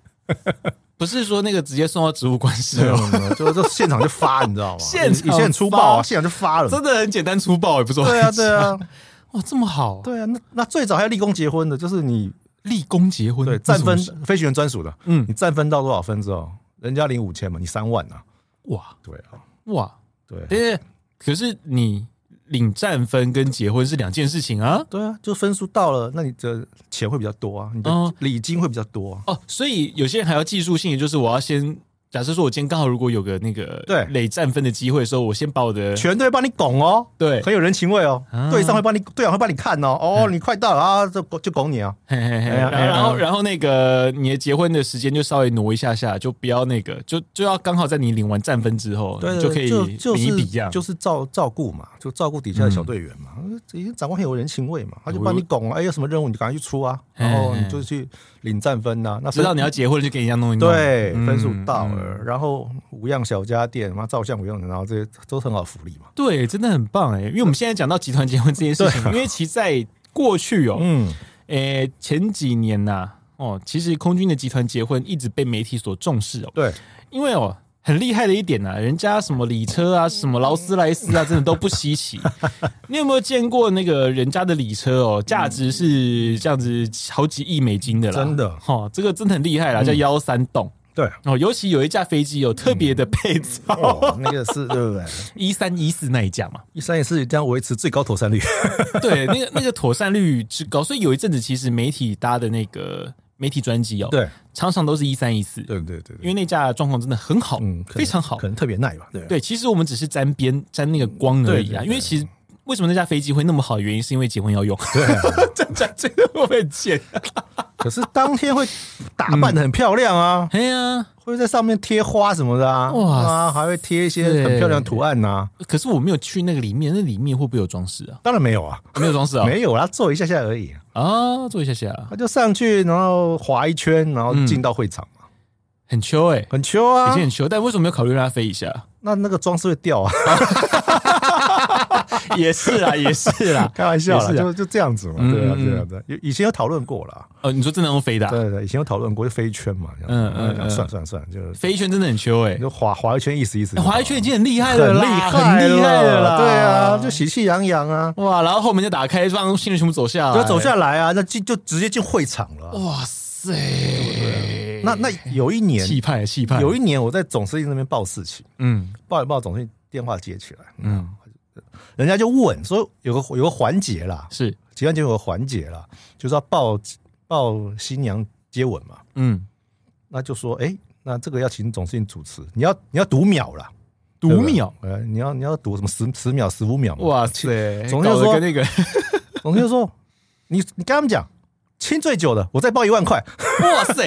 Speaker 1: 不是说那个直接送到植物官室
Speaker 2: 没有
Speaker 1: 哦，
Speaker 2: 没有，就就现场就发，你知道吗？
Speaker 1: 现场
Speaker 2: 以前很粗暴
Speaker 1: 发
Speaker 2: 啊，现场就发了。
Speaker 1: 真的很简单粗暴，也不是我
Speaker 2: 对啊，
Speaker 1: 很
Speaker 2: 对啊，
Speaker 1: 强，哇，这么好，
Speaker 2: 对啊。那那最早还有立功结婚的，就是你
Speaker 1: 立功结婚，
Speaker 2: 对占分
Speaker 1: 那什么
Speaker 2: 飞行员专属的，
Speaker 1: 嗯
Speaker 2: 你占分到多少分之后，人家领五千嘛，你三万啊。
Speaker 1: 哇
Speaker 2: 对啊，
Speaker 1: 哇，但
Speaker 2: 对
Speaker 1: 是可是你领战分跟结婚是两件事情啊，
Speaker 2: 对啊，就分数到了，那你的钱会比较多啊，你
Speaker 1: 哦
Speaker 2: 的礼金会比较多啊。
Speaker 1: 哦，所以有些人还要技术性，也就是我要先。假设说，我今天刚好如果有个那个
Speaker 2: 对
Speaker 1: 累战分的机会的时候，我先把我的
Speaker 2: 全队帮你拱哦，
Speaker 1: 对
Speaker 2: 很有人情味哦
Speaker 1: 啊。嗯
Speaker 2: 队上会帮你，队长会帮你看哦。哦，你快到了啊，就就拱你啊。
Speaker 1: 嘿嘿嘿，
Speaker 2: 哎
Speaker 1: 然后
Speaker 2: 呀
Speaker 1: 然
Speaker 2: 哎
Speaker 1: 后
Speaker 2: 呀
Speaker 1: 然后那个你的结婚的时间就稍微挪一下下，就不要那个，就就要刚好在你领完战分之后，
Speaker 2: 对，
Speaker 1: 你就可以
Speaker 2: 就
Speaker 1: 领一笔一
Speaker 2: 是
Speaker 1: 样。嗯
Speaker 2: 就是照照顾嘛，就照顾底下的小队员嘛。呃以前长官很有人情味嘛，他就帮你拱啊，哎，有什么任务你赶快去出啊，
Speaker 1: 哎
Speaker 2: 然后你就去领战分啊呐。那
Speaker 1: 知道你
Speaker 2: 要
Speaker 1: 要结婚了就给人家弄一弄，
Speaker 2: 对
Speaker 1: 嗯
Speaker 2: 分数到了，然后五样小家电，妈照相五样，然后这些都是很好的福利嘛。
Speaker 1: 对，真的很棒哎！因为我们现在讲到集团结婚这件事情，因为其实在过去哦，
Speaker 2: 嗯，
Speaker 1: 诶、前几年呐、哦，其实空军的集团结婚一直被媒体所重视哦，
Speaker 2: 对，
Speaker 1: 因为哦。很厉害的一点呐、人家什么礼车啊，什么劳斯莱斯啊，真的都不稀奇。 你有没有见过那个人家的礼车哦？价值是这样子好几亿美金的啦，
Speaker 2: 真的嗯
Speaker 1: 哦，这个真的很厉害啦，叫幺三栋
Speaker 2: 对，
Speaker 1: 哦。尤其有一架飞机哦，特别
Speaker 2: 嗯
Speaker 1: 的配造，
Speaker 2: 哦，那个是对不对？
Speaker 1: 一三一四那一架嘛，
Speaker 2: 一三也是这样维持最高投散率，
Speaker 1: 对，那个那个妥善率之高，所以有一阵子其实媒体搭的那个媒体专机哦，，
Speaker 2: 对，
Speaker 1: 常常都是一三一四，
Speaker 2: 对对对
Speaker 1: 因
Speaker 2: 对，
Speaker 1: 为那架状况真的很好，
Speaker 2: 嗯，可能
Speaker 1: 非常好
Speaker 2: 可。能特别耐吧，对
Speaker 1: 对，其实我们只是沾边沾那个光而已
Speaker 2: 对对
Speaker 1: 啊，
Speaker 2: 对
Speaker 1: 因为其实。为什么那架飞机会那么好？原因是因为结婚要用，
Speaker 2: 对啊。
Speaker 1: 这架这个会不会很贱？
Speaker 2: 可是当天会打扮的很漂亮啊，
Speaker 1: 哎呀，
Speaker 2: 会在上面贴花什么的啊，
Speaker 1: 哇
Speaker 2: 啊，还会贴一些很漂亮的图案呐、啊。
Speaker 1: 可是我没有去那个里面，那里面会不会有装饰啊？
Speaker 2: 当然没有啊，
Speaker 1: 没有装饰啊？
Speaker 2: 没有啦，做一下下而已。
Speaker 1: 啊，坐一下下，
Speaker 2: 他就上去，然后滑一圈，然后进到会场嘛，
Speaker 1: 很秋哎、
Speaker 2: 很秋
Speaker 1: 嗯已
Speaker 2: 啊
Speaker 1: 经。很秋，但为什么没有考虑让它飞一下？
Speaker 2: 那那个装饰会 掉啊，
Speaker 1: 也是 啦，也是啦，
Speaker 2: 开玩笑
Speaker 1: 也
Speaker 2: 啦，
Speaker 1: 是啊
Speaker 2: 就就这样子嘛。
Speaker 1: 嗯
Speaker 2: 对啊，
Speaker 1: 嗯
Speaker 2: 对啊，对啊。以以前有讨论过啦，
Speaker 1: 哦，你说真的用飞的啊、
Speaker 2: 对对对，以前有讨论过，就飞一圈嘛。这样
Speaker 1: 嗯嗯嗯
Speaker 2: 然后讲算算算，就
Speaker 1: 飞一圈真的很秋哎、
Speaker 2: 就滑滑一圈，意思意思。
Speaker 1: 欸、滑一圈已经很厉害
Speaker 2: 很
Speaker 1: 了
Speaker 2: 厉
Speaker 1: 啦，
Speaker 2: 害
Speaker 1: 很厉害了啦，哎
Speaker 2: 对啊，就喜气洋洋啊。
Speaker 1: 哇，然后后门就打开，让新人全部走下来，
Speaker 2: 要走下来啊，那进就直接进会场了啊、
Speaker 1: 哇塞，
Speaker 2: 那那有一年，
Speaker 1: 气派气派，
Speaker 2: 有一年我在总司令那边报事情，
Speaker 1: 嗯
Speaker 2: 报一报，总司令电话接起来，
Speaker 1: 嗯
Speaker 2: 人家就问说有个有个环节啦，
Speaker 1: 是
Speaker 2: 结婚节有个环节啦，就是要报报新娘接吻嘛，
Speaker 1: 嗯
Speaker 2: 那就说哎、诶那这个要请总司令主持，你要你要读秒啦，
Speaker 1: 读
Speaker 2: 对不对
Speaker 1: 秒，，
Speaker 2: 呃，你要你要读什么十十秒、十五秒嘛，
Speaker 1: 哇塞，
Speaker 2: 总之
Speaker 1: 搞得
Speaker 2: 说
Speaker 1: 跟 那个
Speaker 2: 总司令说你你跟他们讲。亲最久的，我再报一万块。
Speaker 1: 哇塞，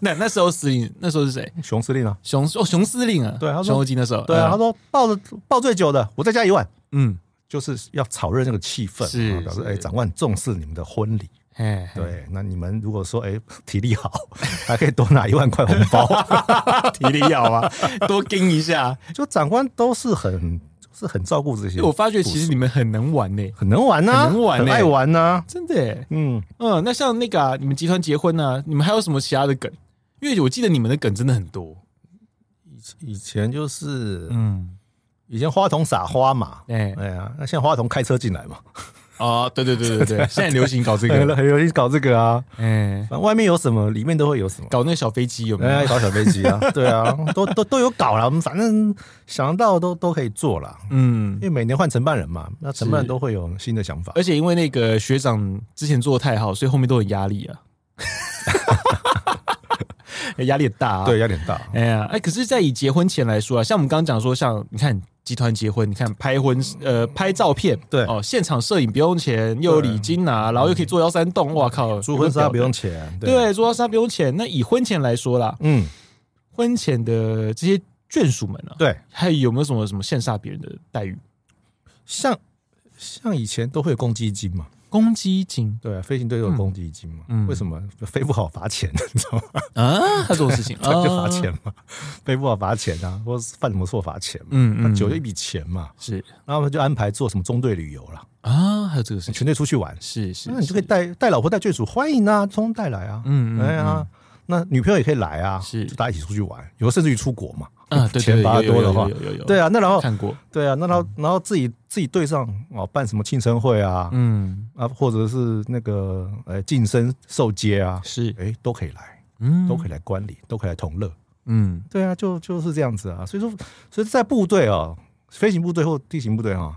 Speaker 1: 那那时候司令那时候是谁？
Speaker 2: 熊司令啊，
Speaker 1: 熊哦熊司令啊，
Speaker 2: 对他说
Speaker 1: 熊欧基那时候
Speaker 2: 对啊，他
Speaker 1: 说
Speaker 2: 说报的报最久的，我再加一万。
Speaker 1: 嗯
Speaker 2: 就是要炒热那个气氛，
Speaker 1: 是
Speaker 2: 啊表示
Speaker 1: 是
Speaker 2: 哎、长官重视你们的婚礼。
Speaker 1: 哎
Speaker 2: 对，那你们如果说哎、体力好， 还可以多拿一万块红 包。
Speaker 1: 体力要啊， 多盯一下，
Speaker 2: 就长官都是很就是很照顾这些
Speaker 1: 因为，我发觉其实你们很能玩呢、
Speaker 2: 很能玩呐、
Speaker 1: 很能玩欸
Speaker 2: 很爱玩呐、
Speaker 1: 真的、欸。
Speaker 2: 嗯，
Speaker 1: 嗯，那像那个、啊、你们集团结婚啊，你们还有什么其他的梗？因为我记得你们的梗真的很多。
Speaker 2: 以前就是
Speaker 1: 嗯，
Speaker 2: 以前花筒撒花嘛，
Speaker 1: 哎、
Speaker 2: 哎呀，那现在花筒开车进来嘛，
Speaker 1: 啊，对对对对 对，现在流行搞这
Speaker 2: 很
Speaker 1: 个，
Speaker 2: 很容易搞这个啊。
Speaker 1: 哎、
Speaker 2: 反正外面有什么，里面都会有什么。
Speaker 1: 搞那个小飞机有没有？
Speaker 2: 哎，搞小飞机 啊，对啊，都都都有搞了，我们反正想得到都都可以做了。
Speaker 1: 嗯
Speaker 2: 因，为每年换承办人嘛，那承办人
Speaker 1: 是
Speaker 2: 都会有新的想法。
Speaker 1: 而且因为那个学长之前做的太好，所以后面都有压力啊， 压力很大啊。
Speaker 2: 对，，压力很大。
Speaker 1: 哎呀，哎，可是，在以结婚前来说啊，像我们刚刚讲说，像你看集团结婚，你看拍婚呃拍照片，
Speaker 2: 对嗯
Speaker 1: 哦，现场摄影不用钱，又有礼金拿，然后又可以做幺三洞，哇靠，
Speaker 2: 租婚纱不
Speaker 1: 有个屌的
Speaker 2: 用钱，
Speaker 1: 对，做到纱不用钱。那以婚前来说啦，
Speaker 2: 嗯，
Speaker 1: 婚前的这些眷属们啊，
Speaker 2: 对，
Speaker 1: 还有没有什么什么羡煞别人的待遇？
Speaker 2: 像像以前都会有公积金嘛，
Speaker 1: 公积金
Speaker 2: 对啊，飞行队都有公积金嘛，
Speaker 1: 嗯
Speaker 2: 为什么飞不好罚钱， 你知道吗？
Speaker 1: 啊，他这种事 情
Speaker 2: 就罚，
Speaker 1: 啊
Speaker 2: 钱嘛，飞不好罚钱啊，或是犯什么错罚钱嘛，
Speaker 1: 嗯
Speaker 2: 那
Speaker 1: 嗯，
Speaker 2: 酒就一笔钱嘛，
Speaker 1: 是
Speaker 2: 然后他们就安排做什么中队旅游啦，
Speaker 1: 啊，还有这个事情，
Speaker 2: 全队出去玩，
Speaker 1: 是是，
Speaker 2: 那你就可
Speaker 1: 是
Speaker 2: 以带带老婆带眷属，欢迎啊，通通带来啊，
Speaker 1: 嗯嗯
Speaker 2: 哎呀，那女朋友也可以来啊，
Speaker 1: 是
Speaker 2: 就大家一起出去玩，有的甚至于出国嘛。
Speaker 1: 啊，对，
Speaker 2: 钱
Speaker 1: 对
Speaker 2: 拔
Speaker 1: 有有
Speaker 2: 多的话
Speaker 1: 有有有有
Speaker 2: 对啊，那然后
Speaker 1: 看过，
Speaker 2: 对啊，那
Speaker 1: 嗯
Speaker 2: 然后然后自己自己队上哦，办什么庆生会啊，
Speaker 1: 嗯，
Speaker 2: 啊，或者是那个呃晋升受接啊，
Speaker 1: 是，
Speaker 2: 哎，都可以来，
Speaker 1: 嗯，
Speaker 2: 都可以来观礼，都可以来同乐。
Speaker 1: 嗯，
Speaker 2: 对啊，就就是这样子啊。所以说，所以在部队啊，飞行部队或地形部队啊，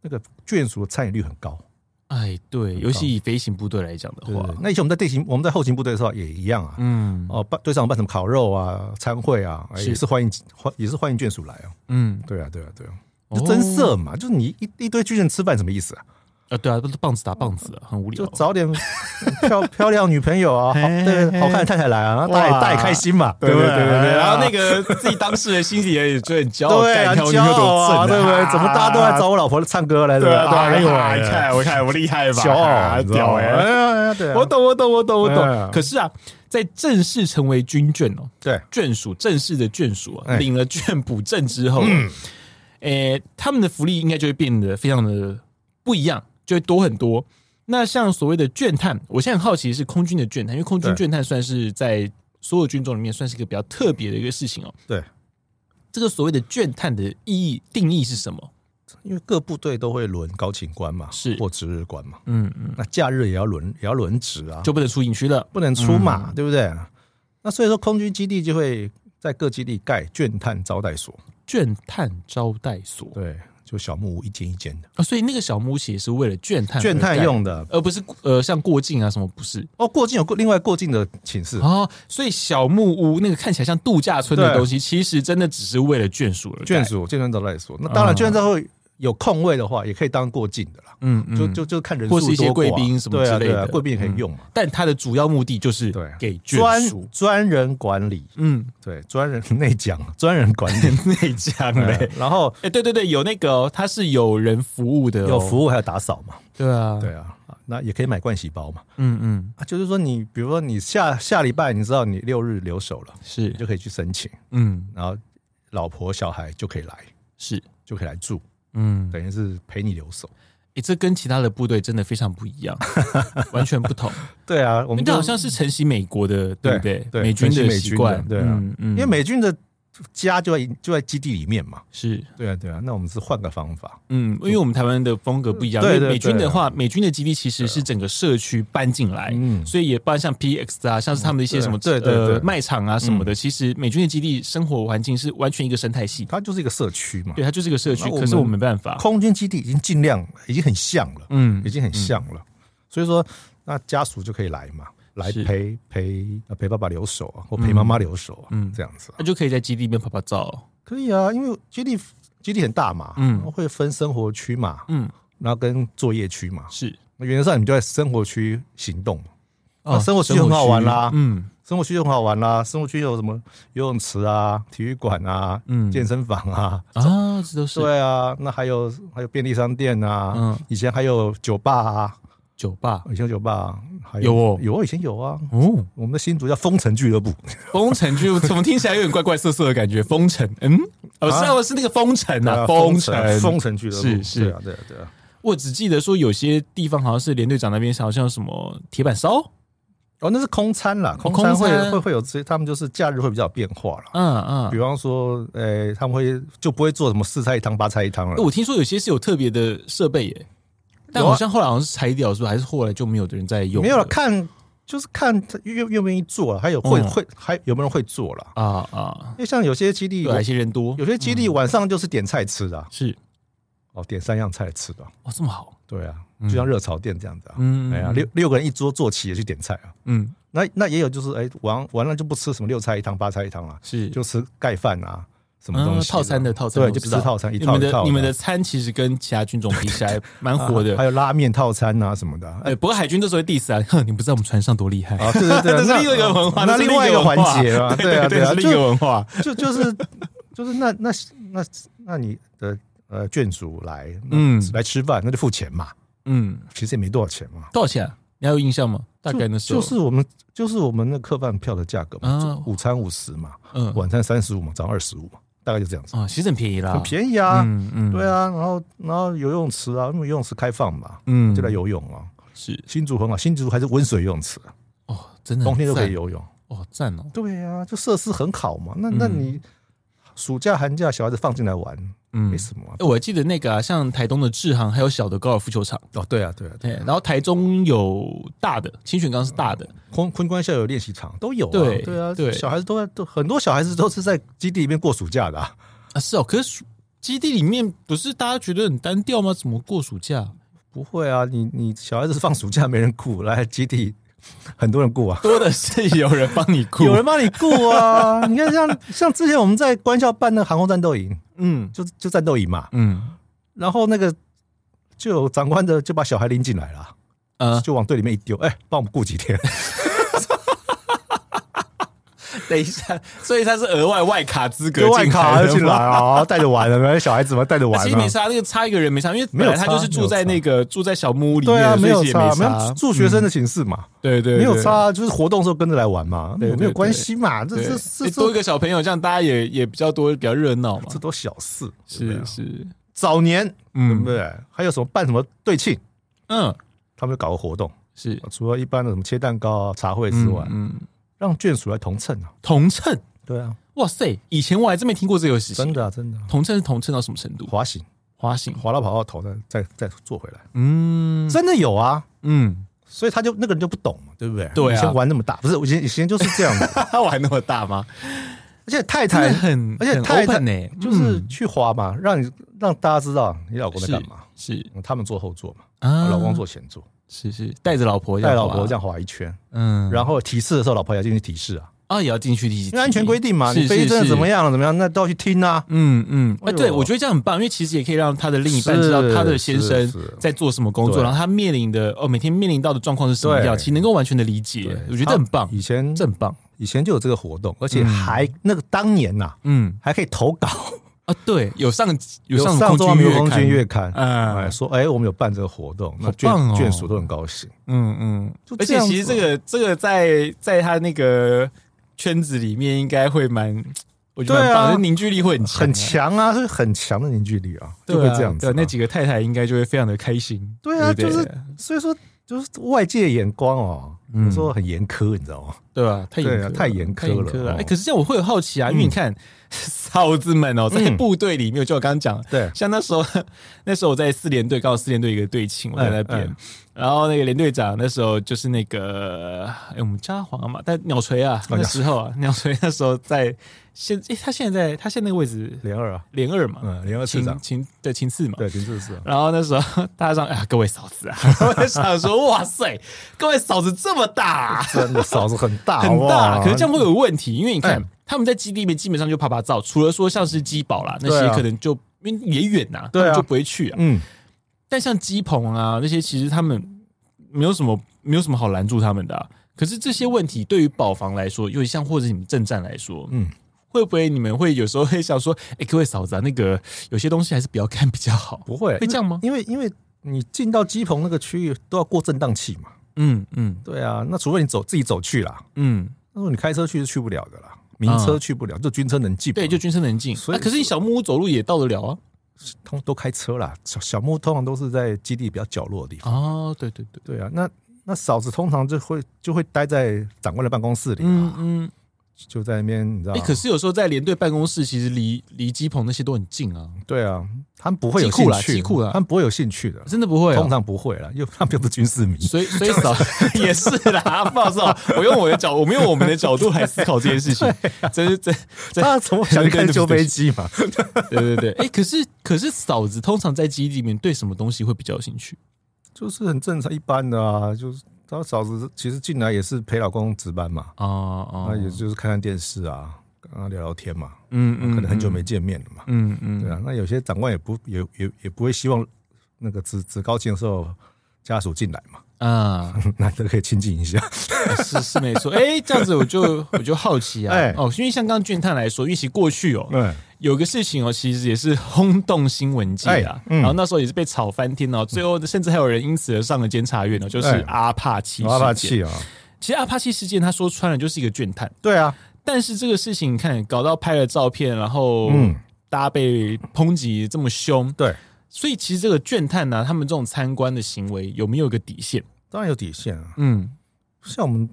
Speaker 2: 那个眷属的参与率很高。
Speaker 1: 哎，对，尤其以飞行部队来讲的
Speaker 2: 对
Speaker 1: 话，
Speaker 2: 那以前我们在地形，我们在后勤部队的时候也一样啊。
Speaker 1: 嗯
Speaker 2: 哦，办队上办什么烤肉啊、餐会啊，哎
Speaker 1: 是
Speaker 2: 也是欢迎欢也是欢迎眷属来啊。
Speaker 1: 嗯，
Speaker 2: 对啊，对啊，对啊，
Speaker 1: 哦
Speaker 2: 就增色嘛，就是你一一堆军人吃饭什么意思啊？
Speaker 1: 啊，对啊，不是棒子打棒子啊，很无聊
Speaker 2: 就。找点 漂漂亮女朋友啊，好
Speaker 1: 嘿
Speaker 2: 对
Speaker 1: 嘿
Speaker 2: 好看的太太来啊，然后大家也
Speaker 1: 哇
Speaker 2: 大家也开心嘛，
Speaker 1: 对
Speaker 2: 不
Speaker 1: 对
Speaker 2: 对
Speaker 1: 对对对，然后那
Speaker 2: 个
Speaker 1: 个自己当事人心里也觉得很骄傲，
Speaker 2: 对
Speaker 1: 干
Speaker 2: 啊，
Speaker 1: 看我
Speaker 2: 骄
Speaker 1: 女朋友多
Speaker 2: 傲
Speaker 1: 正
Speaker 2: 啊，对不对？怎么大家都来
Speaker 1: 啊
Speaker 2: 找我老婆唱歌来？
Speaker 1: 对啊对啊，
Speaker 2: 哎
Speaker 1: 哎
Speaker 2: 呦
Speaker 1: 呦，
Speaker 2: 哎
Speaker 1: 你看我看我厉害吧，
Speaker 2: 骄傲，
Speaker 1: 啊
Speaker 2: 你知道
Speaker 1: 屌
Speaker 2: 吗
Speaker 1: 哎！
Speaker 2: 哎呀，对啊，
Speaker 1: 我懂，我懂，我懂，我
Speaker 2: 哎
Speaker 1: 懂。可是啊，在正式成为军眷哦，
Speaker 2: 对
Speaker 1: 眷属正式的眷属啊，
Speaker 2: 哎嗯
Speaker 1: 领了眷补证之后、啊，诶、他们的福利应该就会变得非常的不一样，就会多很多。那像所谓的倦探，我现在很好奇是空军的倦探，因为空军
Speaker 2: 对
Speaker 1: 倦探算是在所有军种里面算是一个比较特别的一个事情哦。
Speaker 2: 对，
Speaker 1: 这个所谓的倦探的意义定义是什么？
Speaker 2: 因为各部队都会轮高勤官嘛，
Speaker 1: 是
Speaker 2: 或值日官嘛，
Speaker 1: 嗯嗯，
Speaker 2: 那假日也要轮也要轮值啊，
Speaker 1: 就不能嗯出营区了。
Speaker 2: 不能出嘛，对不对？那所以说，空军基地就会在各基地盖倦探招待所，
Speaker 1: 倦探招待所
Speaker 2: 对，就小木屋一间一间的，
Speaker 1: 啊、所以那个小木屋其实是为了倦探而
Speaker 2: 倦探
Speaker 1: 盖
Speaker 2: 用的。
Speaker 1: 而不是呃像过境啊什么不是
Speaker 2: 哦，过境有过另外过境的寝室，
Speaker 1: 哦，所以小木屋那个看起来像度假村的
Speaker 2: 对
Speaker 1: 东西，其实真的只是为了眷属而盖
Speaker 2: 眷，属、眷村招待所。那当然，
Speaker 1: 嗯
Speaker 2: 眷村招待所有空位的话，也可以当过境的啦。
Speaker 1: 嗯嗯，
Speaker 2: 就就就看人数
Speaker 1: 或
Speaker 2: 多
Speaker 1: 是一些
Speaker 2: 寡
Speaker 1: 贵宾什么
Speaker 2: 对
Speaker 1: 之
Speaker 2: 啊
Speaker 1: 类
Speaker 2: 对啊
Speaker 1: 的，
Speaker 2: 贵宾也可以
Speaker 1: 嗯。
Speaker 2: 用嘛。
Speaker 1: 但它的主要目的就是
Speaker 2: 对啊
Speaker 1: 给眷属
Speaker 2: 专，专人管理，
Speaker 1: 嗯，
Speaker 2: 对，专人 内讲，专人管理。
Speaker 1: 内江
Speaker 2: 对
Speaker 1: 嘞。
Speaker 2: 然后
Speaker 1: 哎，对对对，有那个哦，它是有人服务的，哦
Speaker 2: 有，服务还有打扫嘛，
Speaker 1: 对啊，
Speaker 2: 对，啊，那也可以买盥洗包嘛。
Speaker 1: 嗯嗯，
Speaker 2: 啊，就是说你，比如说你下下礼拜，你知道你六日留守了，
Speaker 1: 是
Speaker 2: 你，就可以去申请，
Speaker 1: 嗯
Speaker 2: 然后老婆小孩就可以来，
Speaker 1: 是，
Speaker 2: 就可以来住，
Speaker 1: 嗯，
Speaker 2: 等于是陪你留守。
Speaker 1: 哎，这跟其他的部队真的非常不一 样，完全不同。
Speaker 2: 对啊，我们
Speaker 1: 这
Speaker 2: 就
Speaker 1: 好像是承袭美国的，对不对？
Speaker 2: 对
Speaker 1: 美军
Speaker 2: 承袭美
Speaker 1: 习
Speaker 2: 军的
Speaker 1: 惯，
Speaker 2: 对啊
Speaker 1: 嗯嗯，
Speaker 2: 因为美军的家就在就在基地里面嘛。
Speaker 1: 是
Speaker 2: 对啊，对啊，那我们是换个方法。
Speaker 1: 嗯，因为我们台湾的风格不一样，
Speaker 2: 对
Speaker 1: 因为
Speaker 2: 对
Speaker 1: 美军
Speaker 2: 对啊
Speaker 1: 的话，美军的基地其实是整个社区搬进来，
Speaker 2: 嗯
Speaker 1: 所以也包括像 PX 啊，像是他们的一些什么
Speaker 2: 嗯对对对嗯
Speaker 1: 呃卖场啊什么的，其实美军的基地生活环境是完全一个生态系，
Speaker 2: 它就是一个社区嘛。
Speaker 1: 对，它就是一个社区，
Speaker 2: 那我
Speaker 1: 可
Speaker 2: 们
Speaker 1: 是我们没办法，
Speaker 2: 空军基地已经尽量已经很像了，
Speaker 1: 嗯
Speaker 2: 已经很像了。所以说，那家属就可以来嘛，来
Speaker 1: 是
Speaker 2: 陪陪呃陪爸爸留守啊，或陪妈妈留守啊，
Speaker 1: 嗯
Speaker 2: 这样子啊、
Speaker 1: 那就可以在基地里面拍拍照，
Speaker 2: 可以啊，因为基地基地很大嘛，
Speaker 1: 嗯
Speaker 2: 嗯，会分生活区嘛，
Speaker 1: 嗯，
Speaker 2: 然后跟作业区嘛，
Speaker 1: 是
Speaker 2: 那原则上你们就在生活区行动嘛。
Speaker 1: 啊
Speaker 2: 那生活区就很好玩啦
Speaker 1: 嗯
Speaker 2: 生活区就很好玩啦，生活区有什么游泳池啊、体育馆啊、
Speaker 1: 嗯
Speaker 2: 健身房啊，
Speaker 1: 啊，这都是
Speaker 2: 对啊，那还有还有便利商店啊，
Speaker 1: 嗯
Speaker 2: 以前还有酒吧啊，
Speaker 1: 酒吧
Speaker 2: 以前有酒吧、啊，还
Speaker 1: 有哦
Speaker 2: 有哦，以前有啊。
Speaker 1: 哦，
Speaker 2: 我们的新竹叫风城俱乐部，
Speaker 1: 封城 就怎么听起来有点怪怪涩涩的感觉，封城，嗯，哦，是啊，是那个封城
Speaker 2: 对
Speaker 1: 啊，
Speaker 2: 啊
Speaker 1: 封
Speaker 2: 城
Speaker 1: 城，
Speaker 2: 风城俱乐部
Speaker 1: 是是
Speaker 2: 对啊对啊对啊。
Speaker 1: 我只记得说有些地方好像是连队长那边好像有什么铁板烧，
Speaker 2: 哦，那是空餐啦，空
Speaker 1: 空
Speaker 2: 餐会
Speaker 1: 餐
Speaker 2: 会会有这些，他们就是假日会比较有变化啦。
Speaker 1: 嗯嗯
Speaker 2: 比。方说，呃、他们会就不会做什么四菜一汤、八菜一汤了
Speaker 1: 欸。我听说有些是有特别的设备耶，但
Speaker 2: 有啊
Speaker 1: 好像后来好像是拆掉，是不是？还是后来就没有的人在用？
Speaker 2: 没有了，看就是看他愿愿不愿意做了，还有会、
Speaker 1: 嗯
Speaker 2: 会还有没有人会做了。
Speaker 1: 啊啊，
Speaker 2: 因为像有些基地，
Speaker 1: 对，啊嗯有些人多
Speaker 2: 有些基地晚上就是点菜吃的啊、
Speaker 1: 是哦
Speaker 2: 哦，点三样菜吃的啊、
Speaker 1: 哇，这么好，
Speaker 2: 对啊，就像热炒店这样子啊。
Speaker 1: 嗯
Speaker 2: 哎呀，六六个人一桌坐齐也去点菜啊。
Speaker 1: 嗯
Speaker 2: 那那也有就是哎，完完了就不吃什么六菜一汤、八菜一汤了、
Speaker 1: 是
Speaker 2: 就吃盖饭啊，什么
Speaker 1: 嗯
Speaker 2: 东西、
Speaker 1: 套餐的套餐，
Speaker 2: 对
Speaker 1: 我
Speaker 2: 就
Speaker 1: 知
Speaker 2: 吃
Speaker 1: 道
Speaker 2: 套餐一
Speaker 1: 你
Speaker 2: 套
Speaker 1: 们
Speaker 2: 一套
Speaker 1: 的你们的
Speaker 2: 啊
Speaker 1: 餐其实跟其他军种比起来 蛮火
Speaker 2: 还
Speaker 1: 的。
Speaker 2: 有拉面套餐啊什么的啊。
Speaker 1: 哎，不过海军这时候 diss 啊，哼，你不知道我们船上多厉害
Speaker 2: 啊，对对对，
Speaker 1: 这是
Speaker 2: 那
Speaker 1: 另一个文化，
Speaker 2: 那
Speaker 1: 这是
Speaker 2: 另外一个
Speaker 1: 文化
Speaker 2: 环节啊
Speaker 1: 对
Speaker 2: 对啊对啊
Speaker 1: 这是另一个文化，
Speaker 2: 就就是就是那那那那你的呃眷属来，
Speaker 1: 嗯
Speaker 2: 嗯，来吃饭那就付钱嘛，
Speaker 1: 嗯，
Speaker 2: 其实也没多少钱嘛，
Speaker 1: 多少钱啊？你还有印象吗？大概那时
Speaker 2: 就
Speaker 1: 候
Speaker 2: 就是我们就是我们那客饭票的价格嘛，
Speaker 1: 啊
Speaker 2: 就午餐五十嘛，
Speaker 1: 嗯
Speaker 2: 晚餐三十五嘛，早上二十五嘛，大概就这样子，
Speaker 1: 啊，其实很便宜啦，
Speaker 2: 很便宜啊，
Speaker 1: 嗯嗯，
Speaker 2: 对啊，然后然后游泳池啊，因为游泳池开放嘛，
Speaker 1: 嗯，
Speaker 2: 就来游泳啊。
Speaker 1: 是
Speaker 2: 新竹很好，新竹还是温水游泳池，
Speaker 1: 哦，真的
Speaker 2: 冬天都可以
Speaker 1: 有
Speaker 2: 游泳。
Speaker 1: 哦，赞哦，
Speaker 2: 对啊，就设施很好嘛。那那你暑假寒假小孩子放进来玩，
Speaker 1: 嗯
Speaker 2: 没，什么啊、
Speaker 1: 哎我还记得那个啊，像台东的志航还有小的高尔夫球场，
Speaker 2: 哦，对啊，对啊，对啊
Speaker 1: 对，然后台中有大的清泉岗是大的，
Speaker 2: 昆昆官校有练习场，都有、啊。
Speaker 1: 对
Speaker 2: 对啊，
Speaker 1: 对
Speaker 2: 小孩子都在，都很多小孩子都是在基地里面过暑假的、啊。
Speaker 1: 啊，是哦，可是暑基地里面不是大家觉得很单调吗？怎么过暑假？
Speaker 2: 不会啊，你你小孩子放暑假没人顾，来基地很多人顾啊，
Speaker 1: 多的是有人帮 你顾，
Speaker 2: 有人帮你 顾啊。 你看像像之前我们在官校办那个航空战斗营，
Speaker 1: 嗯
Speaker 2: 就就战斗营嘛，
Speaker 1: 嗯
Speaker 2: 然后那个就有长官的就把小孩拎进来了，
Speaker 1: 呃，
Speaker 2: 就往队里面一丢，哎、帮我们顾几 天。
Speaker 1: 等一下，所以他是额外外卡资格
Speaker 2: 就外卡
Speaker 1: 的
Speaker 2: 就进来
Speaker 1: 吗。
Speaker 2: 啊，带着玩了，没小孩子嘛，带着
Speaker 1: 那
Speaker 2: 玩啊
Speaker 1: 其实
Speaker 2: 嘛
Speaker 1: 没。差，那个差一个人没差，因为本来他就是住在那个住在小木屋里面，
Speaker 2: 对啊，没有
Speaker 1: 所以其实也
Speaker 2: 差，
Speaker 1: 没嗯
Speaker 2: 没有住学生的寝室嘛，
Speaker 1: 对对，对
Speaker 2: 没有差，啊，就是活动的时候跟着来玩嘛，
Speaker 1: 对对
Speaker 2: 有没有关系嘛？这
Speaker 1: 对，
Speaker 2: 这
Speaker 1: 哎
Speaker 2: 这
Speaker 1: 多一
Speaker 2: 这
Speaker 1: 个小朋友，这样大家也也比较多，比较热闹嘛
Speaker 2: 这。都小事，对不对
Speaker 1: 是是，
Speaker 2: 早年，对
Speaker 1: 嗯
Speaker 2: 不对？还有什么办什么对庆，
Speaker 1: 嗯，
Speaker 2: 他们就搞个活动，
Speaker 1: 是
Speaker 2: 除了一般的什么切蛋糕啊、茶会之外，
Speaker 1: 嗯，嗯
Speaker 2: 让眷属来同称啊。
Speaker 1: 同称，
Speaker 2: 对啊，
Speaker 1: 哇塞，以前我还真没听过这个游戏。
Speaker 2: 真的啊，真的啊，
Speaker 1: 同称是同称到什么程度？
Speaker 2: 滑行
Speaker 1: 滑行，
Speaker 2: 滑到跑到头，再再再坐回来，
Speaker 1: 嗯
Speaker 2: 真的有啊。
Speaker 1: 嗯，
Speaker 2: 所以他就那个人就不懂嘛，对不对？
Speaker 1: 对啊
Speaker 2: 以前玩那么大，不是以前以前就是这样 的，
Speaker 1: 他玩那么大吗？
Speaker 2: 而且太
Speaker 1: 真
Speaker 2: 太
Speaker 1: 的很，
Speaker 2: 而且
Speaker 1: 很
Speaker 2: 太太
Speaker 1: open 欸
Speaker 2: 就是去滑嘛，让你让大家知道你老公在
Speaker 1: 是
Speaker 2: 干嘛。
Speaker 1: 是
Speaker 2: 嗯他们坐后座嘛，
Speaker 1: 啊
Speaker 2: 我老公坐前座，
Speaker 1: 是是带着老婆啊这
Speaker 2: 带
Speaker 1: 样滑，
Speaker 2: 老婆这样滑一圈，
Speaker 1: 嗯，
Speaker 2: 然后提示的时候，老婆也要进去提示啊，
Speaker 1: 啊也要进去提，
Speaker 2: 因为安全规定嘛，
Speaker 1: 是
Speaker 2: 你飞机真的怎么？样了怎么样，那都要去听啊。
Speaker 1: 是是嗯嗯，哎，
Speaker 2: 哎呦
Speaker 1: 对，我觉得这样很棒，因为其实也可以让他的另一半知道
Speaker 2: 是
Speaker 1: 他的先生
Speaker 2: 是是
Speaker 1: 在做什么工作，
Speaker 2: 对
Speaker 1: 然后他面临的哦，每天面临到的状况是什么样，
Speaker 2: 对
Speaker 1: 其实能够完全的理解
Speaker 2: 对，
Speaker 1: 我觉得很棒
Speaker 2: 他，以前
Speaker 1: 这很嗯棒，
Speaker 2: 以前就有这个活动，而且还那个当年呐，
Speaker 1: 嗯
Speaker 2: 还可以投稿，
Speaker 1: 啊，对，有上 有上
Speaker 2: 上中华
Speaker 1: 空
Speaker 2: 民
Speaker 1: 军
Speaker 2: 国空军
Speaker 1: 月
Speaker 2: 月刊，
Speaker 1: 嗯
Speaker 2: 哎，说哎，我们有办这个活动，那
Speaker 1: 好
Speaker 2: 眷
Speaker 1: 棒哦
Speaker 2: 眷属都很高兴。
Speaker 1: 嗯嗯，
Speaker 2: 就
Speaker 1: 而
Speaker 2: 这
Speaker 1: 且
Speaker 2: 样
Speaker 1: 其实
Speaker 2: 子啊
Speaker 1: 这个这个在在他那个圈子里面应该会蛮，我觉得蛮
Speaker 2: 对啊
Speaker 1: 棒的，就是凝聚力会很强啊
Speaker 2: 很强啊，是很强的凝聚力啊，就会这样子
Speaker 1: 对啊对
Speaker 2: 啊、
Speaker 1: 啊那几个太太应该就会非常的开心。
Speaker 2: 对啊，
Speaker 1: 对不
Speaker 2: 就
Speaker 1: 对
Speaker 2: 是所以说就是外界的眼光哦，
Speaker 1: 嗯
Speaker 2: 有时候很严苛，你知道吗？
Speaker 1: 对吧？太严
Speaker 2: 对
Speaker 1: 苛
Speaker 2: 啊
Speaker 1: 了，
Speaker 2: 太严苛了
Speaker 1: 了。哎、
Speaker 2: 哦
Speaker 1: 可是这样我会有好奇啊，因为你看 嫂子们哦，在
Speaker 2: 嗯
Speaker 1: 部队里面，就我刚刚讲了，
Speaker 2: 对
Speaker 1: 像那时候 那时候我在四连队，刚好四连队一个队庆，我在那边，
Speaker 2: 嗯嗯
Speaker 1: 然后那个连队长那时候就是那个哎、我们嘉黄嘛，但鸟锤啊，
Speaker 2: 哦
Speaker 1: 那时候啊， 鸟锤那时候在现，哎、他现在在他现在那个位置
Speaker 2: 连二啊，
Speaker 1: 连二嘛，
Speaker 2: 嗯，连二市
Speaker 1: 秦
Speaker 2: 长，
Speaker 1: 秦对秦四嘛，
Speaker 2: 对，林志是啊，
Speaker 1: 然后那时候大家上啊，各位嫂 子啊，我就想说，哇塞，各位嫂子这么大、啊
Speaker 2: 真的嫂子很大，
Speaker 1: 很大，啊
Speaker 2: 哇
Speaker 1: 可是这样会有问题，因为你看
Speaker 2: 啊哎
Speaker 1: 他们在基地里面基本上就爬爬照，除了说像是鸡堡啦，那
Speaker 2: 对
Speaker 1: 些
Speaker 2: 啊
Speaker 1: 可能就因为也远呐，他
Speaker 2: 对啊
Speaker 1: 们就不会去啊。
Speaker 2: 嗯，
Speaker 1: 但像鸡棚啊那些，其实他们没有什么没有什么好拦住他们的啊。可是这些问题对于保防来说，尤其像或者你们正战来说，嗯
Speaker 2: 嗯。
Speaker 1: 会不会你们会有时候会想说，哎、各位嫂子啊，那个有些东西还是不要看比较好，
Speaker 2: 不会
Speaker 1: 会这样吗？
Speaker 2: 因为因为你进到鸡棚那个区域都要过震荡器嘛，
Speaker 1: 嗯嗯
Speaker 2: 对啊，那除非你走自己走去啦，
Speaker 1: 嗯，
Speaker 2: 那时候你开车去是去不了的啦，民车去不了，就军车能进嘛，
Speaker 1: 对，就军车能进。
Speaker 2: 所以
Speaker 1: 啊可是你小木屋走路也到得了啊。
Speaker 2: 通都开车啦，小小木通常都是在基地比较角落的地方。
Speaker 1: 哦，对对对，
Speaker 2: 对啊，那那嫂子通常就会就会待在长官的办公室里、啊，啊
Speaker 1: 嗯嗯。
Speaker 2: 就在那边，你知道
Speaker 1: 哎、
Speaker 2: 吗？
Speaker 1: 可是有时候在连队办公室，其实离离机棚那些都很近啊，
Speaker 2: 对啊，他们不会有
Speaker 1: 机
Speaker 2: 兴
Speaker 1: 库啦
Speaker 2: 趣，
Speaker 1: 机库啦
Speaker 2: 他们不会有兴趣的，
Speaker 1: 真的不会、
Speaker 2: 通
Speaker 1: 啊。
Speaker 2: 常不会啦，因为他们又不是军事迷。
Speaker 1: 所以所以嫂 也是啦，不好说，我用我的角，我们用我们的角度来思考这件 事情，真是真真
Speaker 2: 他 从小就开始修飞机嘛，
Speaker 1: 对对对。哎、可是可是嫂子通常在基地里面对什么东西会比较有兴趣？
Speaker 2: 就是很正常一般的啊。就是他嫂子其实进来也是陪老公值班嘛，
Speaker 1: 哦哦
Speaker 2: 那、，也就是看看电视啊，跟他聊聊天嘛，
Speaker 1: 嗯嗯，
Speaker 2: 可能很久没见面了嘛。
Speaker 1: 嗯，嗯嗯，
Speaker 2: 对啊，那有些长官也不也也也不会希望那个职职高进的时候家属进来嘛，
Speaker 1: 啊，
Speaker 2: 那都可以亲近一下。
Speaker 1: 是是没错，哎、这样子我就我就好奇啊，
Speaker 2: 哎
Speaker 1: 哦，因为像刚刚俊探来说，因为其实过去哦，
Speaker 2: 对。
Speaker 1: 有个事情哦，其实也是轰动新闻界啊
Speaker 2: 哎，嗯
Speaker 1: 然后那时候也是被炒翻天哦，最后甚至还有人因此而上了监察院哦，就是
Speaker 2: 哎
Speaker 1: 阿帕奇
Speaker 2: 阿帕
Speaker 1: 事件。
Speaker 2: 契啊，
Speaker 1: 其实阿帕奇事件，他说穿了就是一个倦探，
Speaker 2: 对啊，
Speaker 1: 但是这个事情你看搞到拍了照片，然后
Speaker 2: 嗯
Speaker 1: 大家被抨击这么凶，
Speaker 2: 对，
Speaker 1: 所以其实这个倦探呢、他们这种参观的行为有没有一个底线？
Speaker 2: 当然有底线啊，
Speaker 1: 嗯，
Speaker 2: 像我们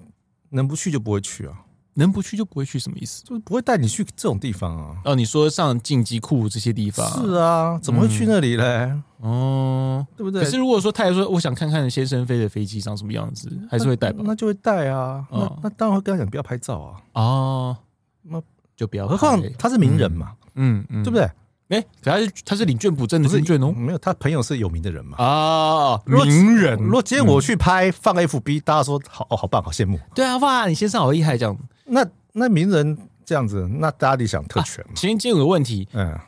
Speaker 2: 能不去就不会去啊，
Speaker 1: 能不去就不会去，什么意思？
Speaker 2: 就不会带你去这种地方啊。
Speaker 1: 哦，你说上竞技库这些地方
Speaker 2: 是啊，怎么会去那里嘞？
Speaker 1: 哦，
Speaker 2: 对不对？
Speaker 1: 可是如果说他也说我想看看先生飞的飞机长什么样子，
Speaker 2: 嗯
Speaker 1: 还是会带吧？
Speaker 2: 那就会带啊。
Speaker 1: 哦
Speaker 2: 那那当然会跟他讲不要拍照啊。
Speaker 1: 哦，
Speaker 2: 那
Speaker 1: 就不要拍。
Speaker 2: 何况他是名人嘛，
Speaker 1: 嗯嗯，
Speaker 2: 对不？对？
Speaker 1: 哎，可他是他是领卷补证的军卷哦。
Speaker 2: 没有，他朋友是有名的人嘛。
Speaker 1: 啊，
Speaker 2: 如果
Speaker 1: 名人，嗯
Speaker 2: 如果今天我去拍放 FB，大家说好哦，好棒，好羡慕。
Speaker 1: 对啊，哇，你先生好厉害，这样。
Speaker 2: 那那名人这样子，那大家理想特权嘛？
Speaker 1: 其实今天有个问题，
Speaker 2: 嗯，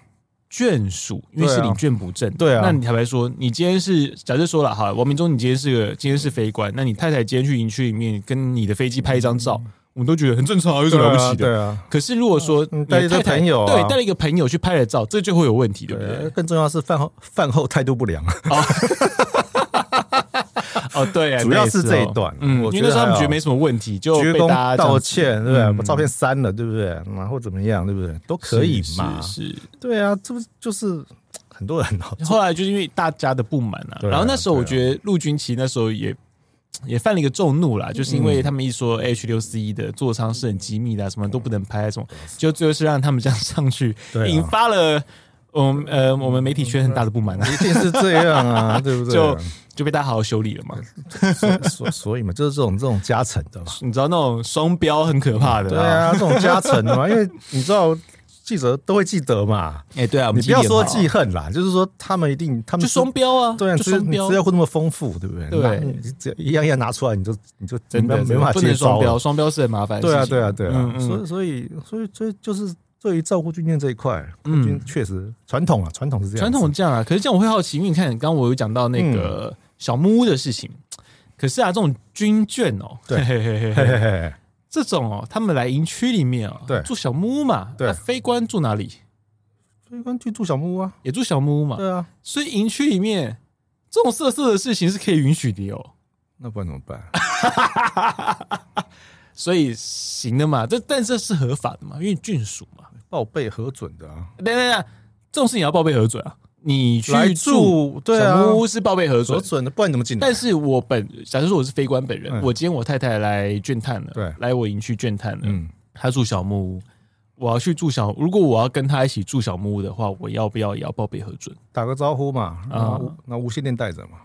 Speaker 1: 眷属因为
Speaker 2: 对啊
Speaker 1: 是领眷补证，
Speaker 2: 对啊
Speaker 1: 那你坦白说，你今天是假设说了哈，王明忠，你今天是个今天是飞官，那你太太今天去营区里面跟你的飞机拍一张照，我们都觉得很正常啊，有什么了不起的？
Speaker 2: 嗯对啊，
Speaker 1: 可是如果说
Speaker 2: 嗯
Speaker 1: 你
Speaker 2: 带一个
Speaker 1: 太太
Speaker 2: 朋友啊
Speaker 1: 对，带了一个朋友去拍了照，这就会有问题，对不
Speaker 2: 对啊
Speaker 1: 对？
Speaker 2: 更重要的是饭后饭后态度 不良，
Speaker 1: 哦，对啊，
Speaker 2: 主要
Speaker 1: 那也
Speaker 2: 是
Speaker 1: 是
Speaker 2: 这一
Speaker 1: 哦
Speaker 2: 段
Speaker 1: 嗯，
Speaker 2: 我
Speaker 1: 因为
Speaker 2: 觉
Speaker 1: 那
Speaker 2: 得
Speaker 1: 时候他们觉
Speaker 2: 还
Speaker 1: 得
Speaker 2: 好
Speaker 1: 没什么问题，就
Speaker 2: 鞠
Speaker 1: 被
Speaker 2: 躬
Speaker 1: 大家这样
Speaker 2: 道
Speaker 1: 子
Speaker 2: 歉，对不对？
Speaker 1: 嗯
Speaker 2: 把照片删了，对不对？然后怎么样，对不对？都可以嘛。
Speaker 1: 是是是
Speaker 2: 对啊，这不就是很多人哦，
Speaker 1: 后来就是因为大家的不满啊，
Speaker 2: 对啊
Speaker 1: 然后那时候
Speaker 2: 对啊
Speaker 1: 我觉得陆军其实那时候也也犯了一个众怒啦，就是因
Speaker 2: 嗯
Speaker 1: 为他们一说 H 六 C 一的座舱是很机密的啊、什么都不能拍啊，什么，就最后是让他们这样 上去，
Speaker 2: 对啊
Speaker 1: 引发了我们呃我们媒体圈很大的不满啊，
Speaker 2: 一定是这样啊，对不对？
Speaker 1: 就就被大家好好修理了嘛。
Speaker 2: 所所 所以嘛，就是这种这种加成的嘛。
Speaker 1: 你知道那种双标很可怕的
Speaker 2: 对，啊，这种加成的嘛，因为你知道记者都会记得嘛，
Speaker 1: 哎、对啊，我
Speaker 2: 你
Speaker 1: 们
Speaker 2: 不要
Speaker 1: 记忆很
Speaker 2: 说
Speaker 1: 好啊
Speaker 2: 记，恨啦，就是说他们一定他们
Speaker 1: 就双标啊，
Speaker 2: 对啊，
Speaker 1: 就
Speaker 2: 资
Speaker 1: 双
Speaker 2: 你
Speaker 1: 标
Speaker 2: 资。料库那么丰富，对不对？
Speaker 1: 对
Speaker 2: 那你只要一样一样拿出来，你就你就
Speaker 1: 真的
Speaker 2: 没没办法
Speaker 1: 不能
Speaker 2: 接
Speaker 1: 双
Speaker 2: 招
Speaker 1: 标，
Speaker 2: 了。
Speaker 1: 双标是很麻烦的
Speaker 2: 对啊，
Speaker 1: 事情。
Speaker 2: 对啊，对啊
Speaker 1: 嗯。嗯
Speaker 2: 所以所以所以所以就是对于照顾军舰这一块，
Speaker 1: 嗯
Speaker 2: 军确实传统啊，传统是这样
Speaker 1: 传
Speaker 2: 子。
Speaker 1: 统这样啊，可是这样我会好奇，因为你看，刚刚我有讲到那
Speaker 2: 嗯
Speaker 1: 个小木屋的事情，可是啊，这种军眷哦，
Speaker 2: 对
Speaker 1: 嘿嘿嘿
Speaker 2: 嘿
Speaker 1: 嘿
Speaker 2: 嘿嘿，
Speaker 1: 这种哦，他们来营区里面哦，
Speaker 2: 对
Speaker 1: 住小木屋嘛，
Speaker 2: 对
Speaker 1: 那飞官住哪里？
Speaker 2: 所以关去住小木屋啊，
Speaker 1: 也住小木屋嘛，
Speaker 2: 对啊，
Speaker 1: 所以营区里面这种色色的事情是可以允许的哦，
Speaker 2: 那不然怎么办？
Speaker 1: 所以行的嘛，这但这是合法的嘛，因为郡属嘛，
Speaker 2: 报备核准的啊，
Speaker 1: 等等等，这种事情也要报备核准啊，你去
Speaker 2: 来
Speaker 1: 住
Speaker 2: 住对
Speaker 1: 小
Speaker 2: 啊，
Speaker 1: 木屋是报备核准
Speaker 2: 核，准的，不然你怎么进来？
Speaker 1: 但是我本假设说我是非官本人，
Speaker 2: 嗯
Speaker 1: 我今天我太太来倦探了，
Speaker 2: 对
Speaker 1: 来我营区倦探了，
Speaker 2: 嗯，
Speaker 1: 她住小木屋，我要去住小，如果我要跟她一起住小木屋的话，我要不要也要报备核准？
Speaker 2: 打个招呼嘛，然
Speaker 1: 啊
Speaker 2: 后那无线电带着嘛，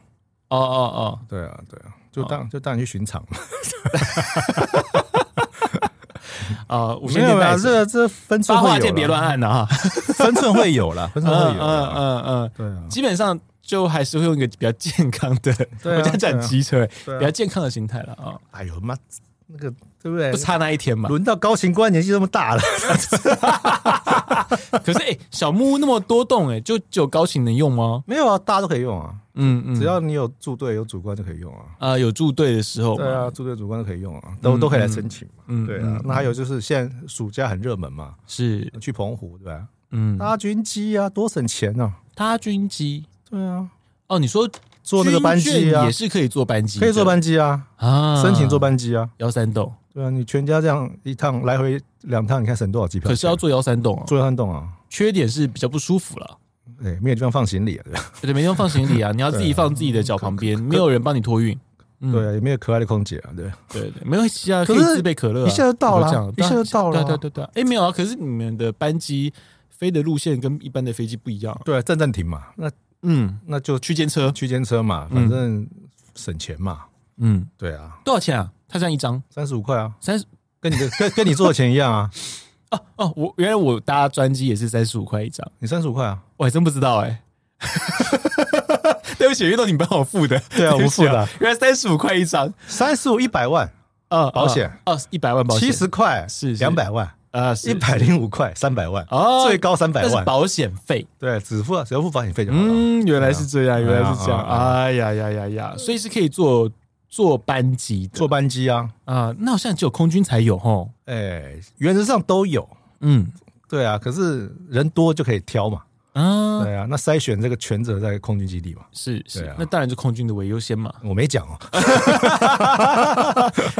Speaker 1: 哦哦
Speaker 2: 对啊，对啊，就当就当你去巡场嘛。
Speaker 1: 哦，啊，无
Speaker 2: 没
Speaker 1: 线
Speaker 2: 有
Speaker 1: 电
Speaker 2: 啊，
Speaker 1: 带
Speaker 2: 这个这分寸
Speaker 1: 发
Speaker 2: 会
Speaker 1: 话
Speaker 2: 有
Speaker 1: 界别
Speaker 2: 啦
Speaker 1: 乱按啊，
Speaker 2: 分寸会有 了，分
Speaker 1: 嗯
Speaker 2: 寸会有
Speaker 1: 嗯
Speaker 2: 啦。
Speaker 1: 嗯嗯，
Speaker 2: 对啊，
Speaker 1: 基本上就还是会用一个比较健康的，
Speaker 2: 对啊
Speaker 1: 我在讲机车、
Speaker 2: 对啊
Speaker 1: 比较健康的心态了啊，
Speaker 2: 哎呦妈，那个对不对
Speaker 1: 不？差那一天嘛。
Speaker 2: 轮到高情官年纪这么大了，
Speaker 1: 可是哎、小木屋那么多栋哎、就只有高情能用吗？
Speaker 2: 没有啊，大家都可以用啊，
Speaker 1: 嗯嗯，
Speaker 2: 只要你有驻队有主官就可以用啊。
Speaker 1: 啊、有驻队的时候嘛，
Speaker 2: 对啊，驻队主官都可以用啊，都
Speaker 1: 嗯
Speaker 2: 都可以来申请嘛。
Speaker 1: 嗯
Speaker 2: 对啊，那还有就是现在暑假很热门嘛，
Speaker 1: 是，
Speaker 2: 去澎湖对吧？
Speaker 1: 嗯，
Speaker 2: 搭军机啊，多省钱啊。
Speaker 1: 搭军机
Speaker 2: 对啊，
Speaker 1: 哦，你说
Speaker 2: 坐那个班机
Speaker 1: 军
Speaker 2: 啊
Speaker 1: 眷也，是可以坐班机的，
Speaker 2: 可以坐班机啊，
Speaker 1: 啊，
Speaker 2: 申请坐班机啊。
Speaker 1: 幺三栋，
Speaker 2: 对啊，你全家这样一趟来回两趟，你看省多少机票
Speaker 1: 可
Speaker 2: 钱？
Speaker 1: 是要坐幺三栋啊，
Speaker 2: 坐山洞啊，
Speaker 1: 缺点是比较不舒服了，
Speaker 2: 哎，没有地方放行李啊，对吧
Speaker 1: 对，没地方放行李啊，你要自己放自己的脚旁边，没有人帮你托运，嗯
Speaker 2: 对啊，也没有可爱的空姐啊，对。
Speaker 1: 对对，没关系啊，
Speaker 2: 可
Speaker 1: 可
Speaker 2: 是
Speaker 1: 以自备可乐啊，
Speaker 2: 一下就到了啊
Speaker 1: 我讲
Speaker 2: 一下就到了
Speaker 1: 对
Speaker 2: 啊
Speaker 1: 啊对啊对啊对啊，哎，没有啊，可是你们的班机飞的路线跟一般的飞机不一样啊，
Speaker 2: 对，站站停嘛，那
Speaker 1: 嗯，
Speaker 2: 那就
Speaker 1: 区间车，
Speaker 2: 区间车嘛，反正省钱嘛。
Speaker 1: 嗯，
Speaker 2: 对啊，
Speaker 1: 多少钱啊？他这样一张
Speaker 2: 三十五块啊，
Speaker 1: 三十。
Speaker 2: 跟你的跟跟你做的钱一样啊，
Speaker 1: 哦哦，我原来我搭专机也是三十五块一张，
Speaker 2: 你三十五块啊，
Speaker 1: 我还真不知道 哎、对不起，运动你帮我付的，
Speaker 2: 对啊
Speaker 1: 不起
Speaker 2: 我付的啊，
Speaker 1: 原来三十五块一张，
Speaker 2: 三十五一百万，
Speaker 1: 呃，
Speaker 2: 保险
Speaker 1: 呃，一百万保险，
Speaker 2: 七十块
Speaker 1: 是是
Speaker 2: 两百万，
Speaker 1: 呃
Speaker 2: 一百零五块三百万，
Speaker 1: 哦
Speaker 2: 最高三百
Speaker 1: 那是
Speaker 2: 万，
Speaker 1: 保险费。
Speaker 2: 对，只付只要付保险费就好了。
Speaker 1: 嗯，原来是这样，
Speaker 2: 对啊
Speaker 1: 原来是这样，
Speaker 2: 啊啊啊
Speaker 1: 哎呀呀呀呀，所以是可以坐坐班机的
Speaker 2: 坐班机啊，
Speaker 1: 啊、那好像只有空军才有吼，
Speaker 2: 哎，原则上都有，
Speaker 1: 嗯
Speaker 2: 对啊，可是人多就可以挑嘛，
Speaker 1: 啊，
Speaker 2: 对啊，那筛选这个权责在空军基地嘛，
Speaker 1: 是是，
Speaker 2: 对啊
Speaker 1: 那当然就空军的为优先嘛，
Speaker 2: 我没讲哦，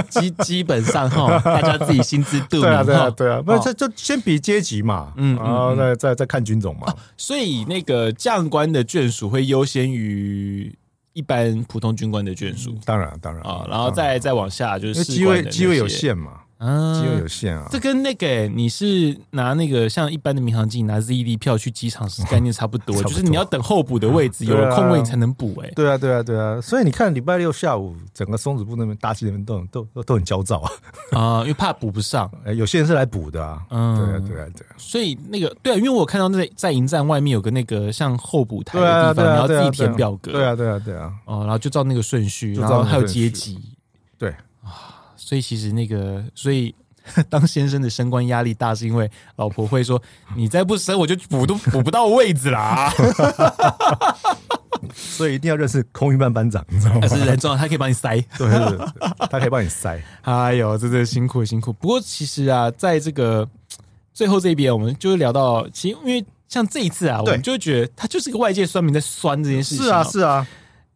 Speaker 1: 基基本上哈，大家自己心知肚明
Speaker 2: 对啊，对啊，
Speaker 1: 吼
Speaker 2: 对啊，不是这就先比阶级嘛，
Speaker 1: 嗯嗯
Speaker 2: 嗯，然后再再再看军种嘛，
Speaker 1: 所以那个将官的眷属会优先于一般普通军官的眷属
Speaker 2: 当然当然
Speaker 1: 啊，然后
Speaker 2: 当然
Speaker 1: 再再往下就
Speaker 2: 嗯因为
Speaker 1: 是
Speaker 2: 机
Speaker 1: 士官的
Speaker 2: 会
Speaker 1: 那些
Speaker 2: 机会有，限嘛，
Speaker 1: 啊
Speaker 3: 机会有限啊。
Speaker 1: 这跟那个、欸、你是拿那个像一般的民航机拿 ZED 票去机场是概念差不多，
Speaker 2: 差不
Speaker 1: 就
Speaker 2: 多
Speaker 1: 是你要等候补的位置，有
Speaker 2: 对啊
Speaker 1: 了空位才能补、欸。哎、
Speaker 2: 对啊，对啊，对啊，所以你看礼拜六下午，整个松子部那边、大溪那边都很都都都很焦躁啊。
Speaker 1: 啊，因为怕补不上。
Speaker 2: 哎有些人是来补的啊。
Speaker 1: 嗯
Speaker 2: 对啊，对啊，对啊，
Speaker 1: 所以那个对啊，因为我有看到那在营站外面有个那个像候补台
Speaker 2: 对啊，
Speaker 1: 的地
Speaker 2: 对
Speaker 1: 方，你
Speaker 2: 啊，
Speaker 1: 要
Speaker 2: 对
Speaker 1: 自
Speaker 2: 啊，
Speaker 1: 己填表格，
Speaker 2: 对啊，对啊，对啊，
Speaker 1: 哦，然后就照那个顺序，
Speaker 2: 就照
Speaker 1: 然后
Speaker 2: 那个
Speaker 1: 还有
Speaker 2: 顺
Speaker 1: 阶
Speaker 2: 序
Speaker 1: 级，
Speaker 2: 对啊
Speaker 1: 所以其实那个，所以当先生的升官压力大，是因为老婆会说：“你再不升，我就补都补不到位置 啦。
Speaker 2: 所以一定要认识空运班班长，你知道”吗
Speaker 1: 但？是人重要，他可以帮你塞。
Speaker 2: 对对对，对他可以帮你 塞。
Speaker 1: 哎呦，这真的辛苦辛苦。不过其实啊，在这个最后这一边，我们就聊到，其实因为像这一次啊，我
Speaker 2: 对
Speaker 1: 们就会觉得他就是个外界酸民在酸这件事情、哦
Speaker 2: 是啊，是啊，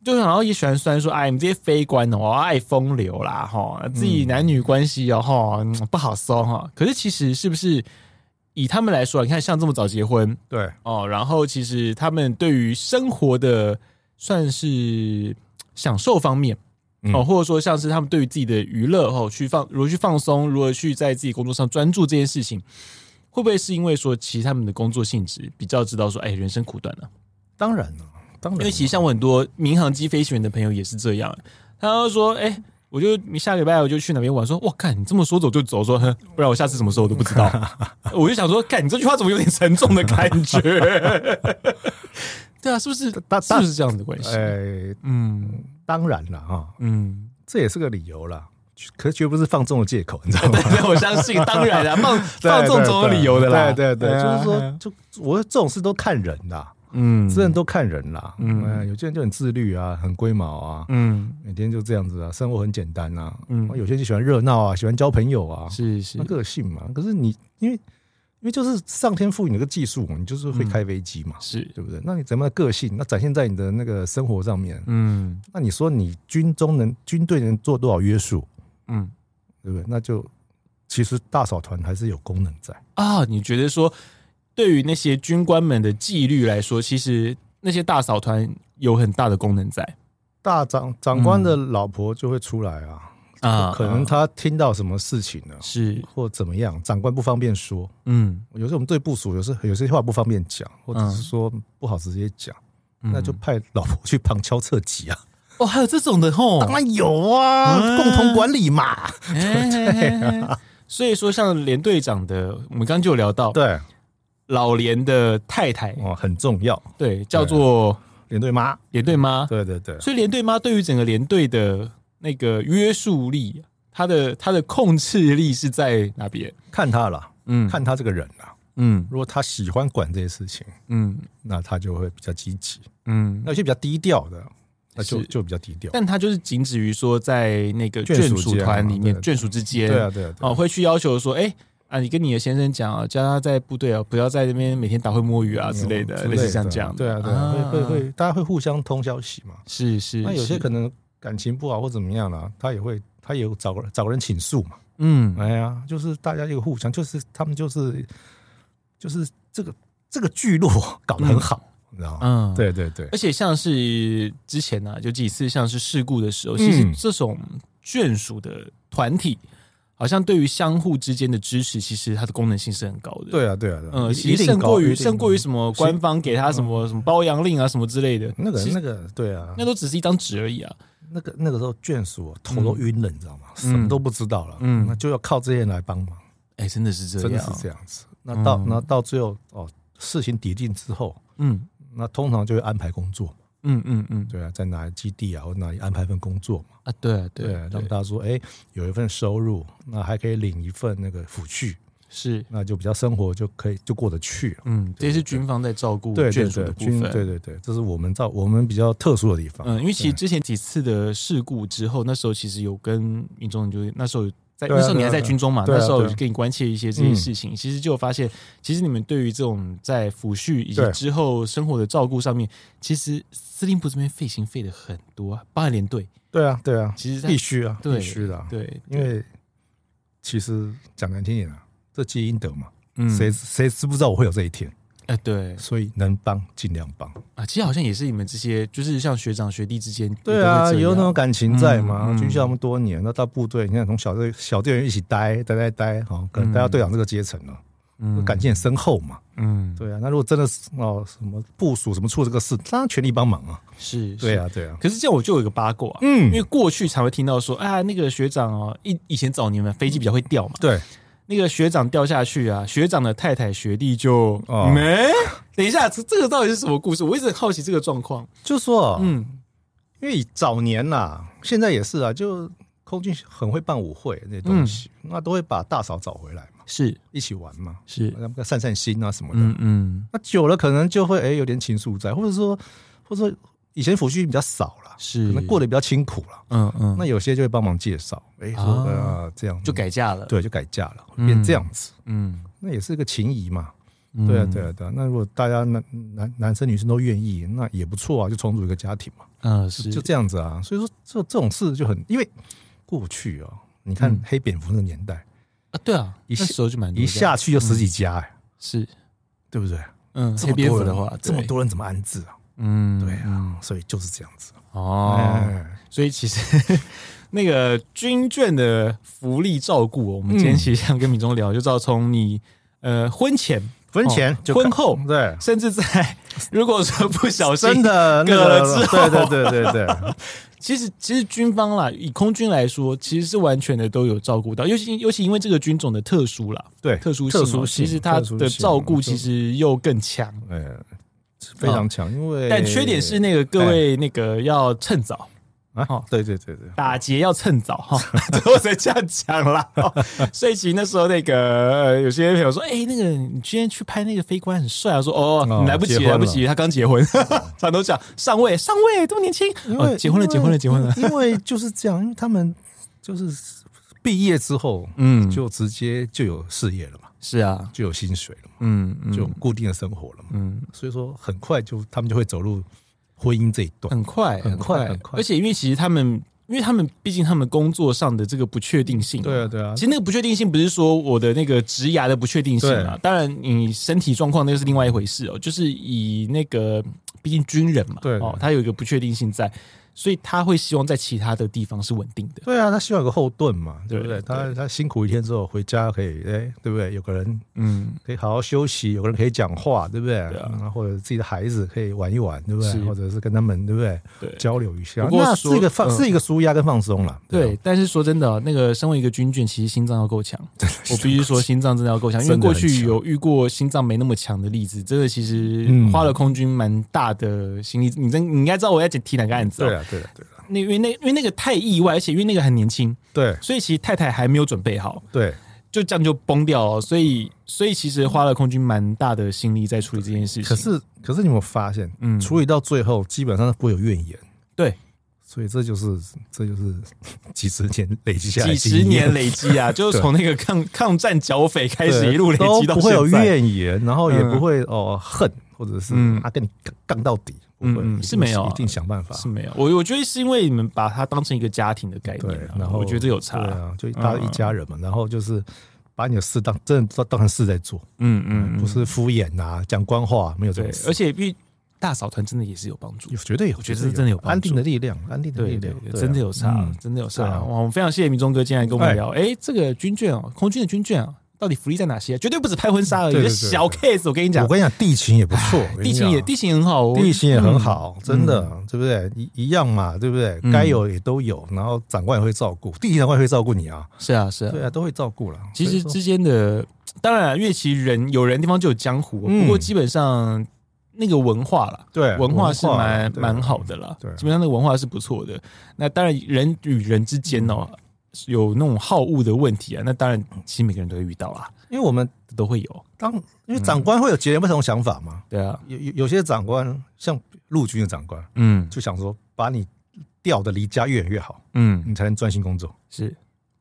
Speaker 1: 就然后也喜欢酸说，哎，你们这些非官哦，爱风流啦，哈，自己男女关系哦，哈、嗯不好说哈。可是其实是不是以他们来说啊，你看像这么早结婚
Speaker 2: 对，
Speaker 1: 哦，然后其实他们对于生活的算是享受方面。哦，
Speaker 2: 嗯
Speaker 1: 或者说像是他们对于自己的娱乐哦，去放如何去放松，如何去在自己工作上专注这件事情，会不会是因为说，其实他们的工作性质比较知道说，哎，人生苦短呢、
Speaker 2: 当然了，当然
Speaker 1: 因
Speaker 2: 了，
Speaker 1: 为其实像我很多民航机飞行员的朋友也是这样，他就说：“哎、我就下礼拜我就去哪边玩。”说：“哇，看你这么说走就走，说哼不然我下次什么时候我都不知道。” 我就想说，看你这句话怎么有点沉重的感觉？ 对啊，是不是？
Speaker 2: 大
Speaker 1: 是不是这样子的关系？
Speaker 2: 哎，
Speaker 1: 嗯
Speaker 2: 当然了啊，
Speaker 1: 嗯，
Speaker 2: 这也是个理由啦，可绝不是放纵的借口，你知道吗？
Speaker 1: 对，我相信，当然 啊啦，放放纵总有理由的啦。
Speaker 2: 对对对，
Speaker 1: 啊
Speaker 2: 就是，说，就我这种事都看人啦，
Speaker 1: 嗯，
Speaker 2: 真的都看人啦。
Speaker 1: 嗯
Speaker 2: 嗯，有些人就很自律啊，很龟毛啊，
Speaker 1: 嗯
Speaker 2: 每天就这样子啊，生活很简单啊。
Speaker 1: 嗯
Speaker 2: 有些人就喜欢热闹啊，喜欢交朋友啊，
Speaker 1: 是是
Speaker 2: 那，个性嘛。可是你因为因为就是上天赋予你个技术，你就是
Speaker 1: 嗯
Speaker 2: 会开飞机嘛，
Speaker 1: 是，
Speaker 2: 对不对？那你怎么样的个性，那展现在你的那个生活上面，
Speaker 1: 嗯
Speaker 2: 那你说你军中能军队能做多少约束，
Speaker 1: 嗯。
Speaker 2: 对不对？那就其实大嫂团还是有功能在。
Speaker 1: 啊，你觉得说，对于那些军官们的纪律来说，其实那些大嫂团有很大的功能在
Speaker 2: 大长长官的老婆就会出来啊，
Speaker 1: 啊，
Speaker 2: 可能
Speaker 1: 啊
Speaker 2: 他听到什么事情了、
Speaker 1: 是
Speaker 2: 或怎么样，长官不方便说。
Speaker 1: 嗯，
Speaker 2: 有时候我们对部署，有时有些话不方便讲，或者是说不好直接讲，
Speaker 1: 嗯
Speaker 2: 那就派老婆去旁敲侧击啊。
Speaker 1: 哦，还有这种的吼，
Speaker 2: 当然有啊，
Speaker 1: 嗯
Speaker 2: 共同管理嘛。
Speaker 1: 对哎所以说，像连队长的，我们刚刚就有聊到，
Speaker 2: 啊对，
Speaker 1: 老连的太太，
Speaker 2: 哦，很重要，
Speaker 1: 对，叫做
Speaker 2: 连队妈。
Speaker 1: 连队妈，
Speaker 2: 对对对，
Speaker 1: 所以连队妈对于整个连队的那个约束力，她的她的控制力是在哪边？
Speaker 2: 看他了，
Speaker 1: 嗯
Speaker 2: 看他这个人了。
Speaker 1: 嗯
Speaker 2: 如果他喜欢管这些事情，
Speaker 1: 嗯
Speaker 2: 那他就会比较积极。
Speaker 1: 嗯
Speaker 2: 那有些比较低调的，那就是就比较低调。
Speaker 1: 但他就是仅止于说在那个眷
Speaker 2: 眷属
Speaker 1: 属
Speaker 2: 间啊
Speaker 1: 团里面，
Speaker 2: 对
Speaker 1: 眷属之间，
Speaker 2: 对啊，对啊，对
Speaker 1: 哦，
Speaker 2: 啊，
Speaker 1: 会去要求说，哎、啊，你跟你的先生讲啊，叫他在部队啊，不要在那边每天打会摸鱼啊之类
Speaker 2: 嗯哦
Speaker 1: 的，类似像这样的，
Speaker 2: 对啊，对啊，会会会，大家会互相通消息嘛。
Speaker 1: 是是，
Speaker 2: 那有些
Speaker 1: 是
Speaker 2: 可，能感情不好或怎么样啦、他也会他也有找个找个人倾诉嘛。
Speaker 1: 嗯
Speaker 2: 哎呀，就是大家一个互相，就是他们就是就是这个这个聚落搞得很好，你知道吗？
Speaker 1: 嗯，。
Speaker 2: 对对对
Speaker 1: 而，且像是之前呢、啊，有几次像是事故的时候，其实
Speaker 2: 嗯
Speaker 1: 这种眷属的团体，好像对于相互之间的支持，其实它的功能性是很高的。
Speaker 2: 对啊对啊，对啊
Speaker 1: 嗯，
Speaker 2: 一
Speaker 1: 其
Speaker 2: 一
Speaker 1: 实
Speaker 2: 定
Speaker 1: 胜过
Speaker 2: 高
Speaker 1: 于
Speaker 2: 一定
Speaker 1: 胜过于什么官方给他什么什么包养令啊什么之类的，
Speaker 2: 那个
Speaker 1: 其实
Speaker 2: 那个对啊，
Speaker 1: 那都只是一张纸而已啊。
Speaker 2: 那个那个时候眷属啊头都晕了，你知道吗？什么都不知道了，
Speaker 1: 嗯
Speaker 2: 那就要靠这些人来帮忙，
Speaker 1: 哎、真的是这
Speaker 2: 真的
Speaker 1: 样，
Speaker 2: 是这。样子。那到
Speaker 1: 嗯
Speaker 2: 那到最后哦，事情抵定之后，
Speaker 1: 嗯
Speaker 2: 那通常就会安排工作，
Speaker 1: 嗯嗯嗯，
Speaker 2: 对啊，在哪里基地啊或哪里安排份工作嘛，
Speaker 1: 啊，对啊对
Speaker 2: 对
Speaker 1: 啊
Speaker 2: 啊，
Speaker 1: 对
Speaker 2: 让
Speaker 1: 啊，
Speaker 2: 大家说，哎，有一份收入，那还可以领一份那个抚恤，
Speaker 1: 是，
Speaker 2: 那就比较生活就可以就过得去了。
Speaker 1: 嗯，这是军方在照顾
Speaker 2: 对对
Speaker 1: 眷属
Speaker 2: 对
Speaker 1: 的，部
Speaker 2: 军
Speaker 1: 分。
Speaker 2: 对对对，这是我们照我们比较特殊的地方。
Speaker 1: 嗯，因为其实之前几次的事故之后，那时候其实有跟民众，就是那时候有在、
Speaker 2: 对啊
Speaker 1: 那时候你还
Speaker 2: 对
Speaker 1: 在
Speaker 2: 啊
Speaker 1: 军中嘛，
Speaker 2: 对啊
Speaker 1: 那时候
Speaker 2: 对啊
Speaker 1: 跟你关切一些这些事情，其实就有发现，其实你们对于这种在抚恤以及
Speaker 2: 对
Speaker 1: 之后生活的照顾上面，其实司令部这边费心费的很多、啊，包含连队，
Speaker 2: 对啊对啊，
Speaker 1: 其实在
Speaker 2: 必须啊，
Speaker 1: 对
Speaker 2: 必须的啊，
Speaker 1: 对，
Speaker 2: 因为其实讲难听点啊，这基因德嘛，
Speaker 1: 嗯
Speaker 2: 谁谁知不知道我会有这一天？
Speaker 1: 呃，对
Speaker 2: 所以能帮尽量帮。
Speaker 1: 啊，其实好像也是你们这些，就是像学长学弟之间，
Speaker 2: 对啊，有那种感情在嘛
Speaker 1: 嗯嗯？
Speaker 2: 军校那么多年，那到部队，你看从小队小队员一起待待待待，好，可能待到队长这个阶层了，
Speaker 1: 种
Speaker 2: 感，情很深厚嘛。
Speaker 1: 嗯，
Speaker 2: 对啊，那如果真的是哦什么部署什么处这个事，当然全力帮忙啊。
Speaker 1: 是，
Speaker 2: 对
Speaker 1: 是。
Speaker 2: 啊，对啊，
Speaker 1: 可是这样我就有一个八卦，啊因
Speaker 2: 嗯，
Speaker 1: 为过去常会听到说，啊，那个学长哦，以以前早年嘛，飞机比较会掉嘛，
Speaker 2: 对，
Speaker 1: 那个学长掉下去啊，学长的太太学弟就
Speaker 2: 哦
Speaker 1: 没、等一下，这这个到底是什么故事？我一直很好奇这个状况。
Speaker 2: 就说哦
Speaker 1: 嗯，
Speaker 2: 因为早年啦、现在也是啊，就空军很会办舞会那些东西，那都会把大嫂找回来嘛，
Speaker 1: 是
Speaker 2: 一起玩嘛，
Speaker 1: 是
Speaker 2: 让他们散散心啊什么的。
Speaker 1: 嗯嗯，
Speaker 2: 那久了可能就会哎、有点情愫在，或者说或者说以前抚恤比较少了，
Speaker 1: 是
Speaker 2: 可能过得比较辛苦了，
Speaker 1: 嗯嗯，
Speaker 2: 那有些就会帮忙介绍，哎、说
Speaker 1: 啊
Speaker 2: 呃这样
Speaker 1: 就改嫁了。，
Speaker 2: 对就改嫁了，会变这样子，
Speaker 1: 嗯，
Speaker 2: 那也是个情谊嘛。
Speaker 1: 嗯
Speaker 2: 对啊，对，啊，对啊。那如果大家男男男生女生都愿意，那也不错啊，就重组一个家庭嘛。
Speaker 1: 嗯，
Speaker 2: 就是就这样子啊。所以说这这种事就很，因为过去哦，你看
Speaker 1: 嗯
Speaker 2: 黑蝙蝠那个年代，
Speaker 1: 啊，对啊，
Speaker 2: 一
Speaker 1: 那
Speaker 2: 下
Speaker 1: 时候就蛮多
Speaker 2: 一
Speaker 1: 这样
Speaker 2: 下去就十几
Speaker 1: 嗯
Speaker 2: 家、哎，
Speaker 1: 是，
Speaker 2: 对不对？
Speaker 1: 嗯，
Speaker 2: 这
Speaker 1: 黑
Speaker 2: 么
Speaker 1: 蝙
Speaker 2: 多
Speaker 1: 蝠
Speaker 2: 人
Speaker 1: 的话，
Speaker 2: 这么
Speaker 1: 对，
Speaker 2: 多人怎么安置啊？
Speaker 1: 嗯，
Speaker 2: 对啊，
Speaker 1: 嗯
Speaker 2: 所以就是这样子。
Speaker 1: 哦，
Speaker 2: 哎
Speaker 1: 所以其实 那个军眷的福利照顾，我们今天
Speaker 2: 嗯
Speaker 1: 其实想跟民众聊，就知道从你呃婚前、
Speaker 2: 婚前
Speaker 1: 哦
Speaker 2: 就
Speaker 1: 婚后，
Speaker 2: 对，
Speaker 1: 甚至在如果说不小心
Speaker 2: 真的那
Speaker 1: 割
Speaker 2: 个
Speaker 1: 了之后
Speaker 2: 对对对对对，
Speaker 1: 其实其实军方啦，以空军来说，其实是完全的都有照顾到，尤其尤其因为这个军种的特殊啦，
Speaker 2: 对
Speaker 1: 特殊性哦、
Speaker 2: 特殊性
Speaker 1: 其实它
Speaker 2: 特殊
Speaker 1: 的
Speaker 2: 性
Speaker 1: 照顾
Speaker 2: 就
Speaker 1: 其实又更强。
Speaker 2: 哎，非常强，因为
Speaker 1: 但缺点是那哦个各位那个要趁早。
Speaker 2: 啊，对对对对，
Speaker 1: 打劫要趁早 哈，最后才这样讲啦。 哦所以其实那时候那个、呃有些朋友说，哎、那个你今天去拍那个飞官很帅啊，我说哦，
Speaker 2: 哦
Speaker 1: 你来不及
Speaker 2: 结婚了
Speaker 1: 来不及，他刚结 婚， 常都讲上位上位这么年轻，
Speaker 2: 因为、
Speaker 1: 哦，结婚了
Speaker 2: 因为
Speaker 1: 结婚了结 婚了，
Speaker 2: 因为就是这样，因为他们就是毕业之后
Speaker 1: 嗯，
Speaker 2: 就直接就有事业了嘛，
Speaker 1: 是啊，
Speaker 2: 就有薪水了嘛，
Speaker 1: 嗯嗯
Speaker 2: 就有固定的生活了嘛，
Speaker 1: 嗯，
Speaker 2: 所以说很快就他们就会走入婚姻这一段。
Speaker 1: 很快
Speaker 2: 很快很快
Speaker 1: 而且因为其实他们，因为他们毕竟他们工作上的这个不确定性，
Speaker 2: 对啊，对啊
Speaker 1: 其，实那个不确定性不是说我的那个职涯的不确定性啊，当然你身体状况那个是另外一回事哦，就是以那个毕竟军人嘛，
Speaker 2: 对
Speaker 1: 哦，他有一个不确定性在，所以他会希望在其他的地方是稳定的，
Speaker 2: 对啊，他希望有个后盾嘛，对不
Speaker 1: 对
Speaker 2: 对？他他辛苦一天之后回家可以，哎，对不对？有个人
Speaker 1: 嗯，
Speaker 2: 可以好好休息，有个人可以讲话，对不对？
Speaker 1: 对啊
Speaker 2: 然后或者自己的孩子可以玩一玩，对不对
Speaker 1: 是？
Speaker 2: 或者是跟他们，对不对？
Speaker 1: 对。
Speaker 2: 交流一下
Speaker 1: 不，过
Speaker 2: 那
Speaker 1: 说
Speaker 2: 是一个放，
Speaker 1: 嗯
Speaker 2: 是一个舒压跟放松啦。啊
Speaker 1: 对，但是说真的哦，那个身为一个军眷，其实心脏要够强。我必须说，心脏真的要够强，因为
Speaker 2: 真的
Speaker 1: 过
Speaker 2: 很
Speaker 1: 去
Speaker 2: 强
Speaker 1: 有遇过心脏没那么强的例子，这个其实
Speaker 2: 嗯
Speaker 1: 花了空军蛮大的心力。你真你应该知道我要讲提哪个案子、哦？
Speaker 2: 对啊，对啊，对啊，
Speaker 1: 那因为那因为那个太意外，而且因为那个很年轻，
Speaker 2: 对
Speaker 1: 所以其实太太还没有准备好，
Speaker 2: 对。
Speaker 1: 就这样就崩掉了。所以所以其实花了空军蛮大的心力在处理这件事情。
Speaker 2: 可是可是你有没有发现，
Speaker 1: 嗯
Speaker 2: 处理到最后基本上不会有怨言，
Speaker 1: 对
Speaker 2: 所以这就是这就是几十年累积下来
Speaker 1: 几
Speaker 2: 的经
Speaker 1: 十
Speaker 2: 验，
Speaker 1: 年累积 啊，就是从那个抗抗战剿匪开始一路累积
Speaker 2: 都
Speaker 1: 到
Speaker 2: 不会有
Speaker 1: 现在。
Speaker 2: 怨言，然后也
Speaker 1: 嗯
Speaker 2: 不会哦恨，或者是
Speaker 1: 嗯
Speaker 2: 啊跟你杠杠到底，不会
Speaker 1: 嗯嗯
Speaker 2: 一定
Speaker 1: 是没有啊
Speaker 2: 一定想办法
Speaker 1: 是。没有，我我觉得是因为你们把它当成一个家庭的概
Speaker 2: 对
Speaker 1: 念、啊，，
Speaker 2: 然后
Speaker 1: 我觉得有差，嗯
Speaker 2: 对啊，就大家一家人嘛，然后就是把你的事当真的当成事在做，
Speaker 1: 嗯嗯，嗯
Speaker 2: 哎不是敷衍呐，讲官话，啊没有这
Speaker 1: 对
Speaker 2: 种，事，
Speaker 1: 而且因为大嫂团真的也是有帮助
Speaker 2: 有，绝对有，
Speaker 1: 我觉得
Speaker 2: 绝对
Speaker 1: 这真的有帮助
Speaker 2: 安定的力量，安定的力
Speaker 1: 对对
Speaker 2: 量，
Speaker 1: 对，
Speaker 2: 对啊
Speaker 1: 真的有差，
Speaker 2: 嗯
Speaker 1: 真的有差。
Speaker 2: 对啊
Speaker 1: 哇，我们非常谢谢民众哥今天来跟我们聊，哎、这个军眷哦，空军的军眷哦，到底福利在哪些？绝对不止拍婚纱而已，
Speaker 2: 对对对
Speaker 1: 这小 case 我跟你讲
Speaker 2: 我，跟你讲，地形也不错，我跟
Speaker 1: 地
Speaker 2: 你
Speaker 1: 形
Speaker 2: 讲
Speaker 1: 也地嗯形很好哦，
Speaker 2: 地形也很好，真的，对不对？一一样嘛，对不对？
Speaker 1: 嗯
Speaker 2: 该有也都有，然后长官也会照顾，地形长官也会照顾你啊，
Speaker 1: 是啊是啊。
Speaker 2: 对啊，都会照顾了。
Speaker 1: 其实
Speaker 2: 所以说
Speaker 1: 之间的，当然、啊，因为其实人有人的地方就有江湖哦、
Speaker 2: 嗯
Speaker 1: 不过基本上那个文化啦。
Speaker 2: 对
Speaker 1: 啊文化啊是蛮
Speaker 2: 对
Speaker 1: 蛮好的啦，
Speaker 2: 对
Speaker 1: 基本上那个文化是不错的。那当然，人与人之间哦，
Speaker 2: 嗯
Speaker 1: 有那种好恶的问题啊，那当然，其实每个人都会遇到啦，
Speaker 2: 因为我们
Speaker 1: 都会有。
Speaker 2: 当因为长官会有截然不同的想法嘛，
Speaker 1: 对啊，
Speaker 2: 有有有些长官像陆军的长官
Speaker 1: 嗯
Speaker 2: 就想说，把你调的离家越远越好，
Speaker 1: 嗯，
Speaker 2: 你才能专心工作，
Speaker 1: 是，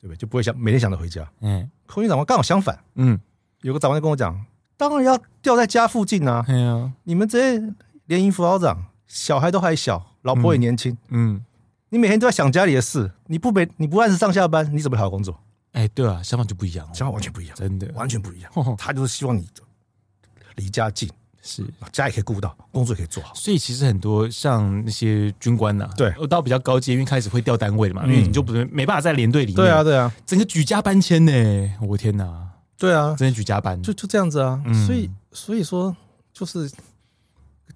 Speaker 2: 对不对？就不会想每天想着回家。
Speaker 1: 嗯
Speaker 2: 空军长官刚好相反，
Speaker 1: 嗯，
Speaker 2: 有个长官就跟我讲，当然要调在家附近啊，
Speaker 1: 哎呀，
Speaker 2: 你们这些连营辅导长，小孩都还小，老婆也年轻，
Speaker 1: 嗯，
Speaker 2: 你每天都在想家里的事，你不每你不按时上下班，你怎么好好工作？
Speaker 1: 哎，对啊，想法就不一样哦，
Speaker 2: 想法完全不一样，
Speaker 1: 真的
Speaker 2: 完全不一样。
Speaker 1: 哦
Speaker 2: 他就是希望你离家近，
Speaker 1: 是，
Speaker 2: 家也可以顾到，工作也可以做好。
Speaker 1: 所以其实很多像那些军官呐、
Speaker 2: 对嗯
Speaker 1: 我到比较高阶，因为开始会调单位了嘛，因为你就不能没办法在连队里面，
Speaker 2: 对啊，，对啊，
Speaker 1: 整个举家搬迁呢、我天哪，
Speaker 2: 对啊，
Speaker 1: 真的举家搬，
Speaker 2: 就就这样子啊。所以所以说，就是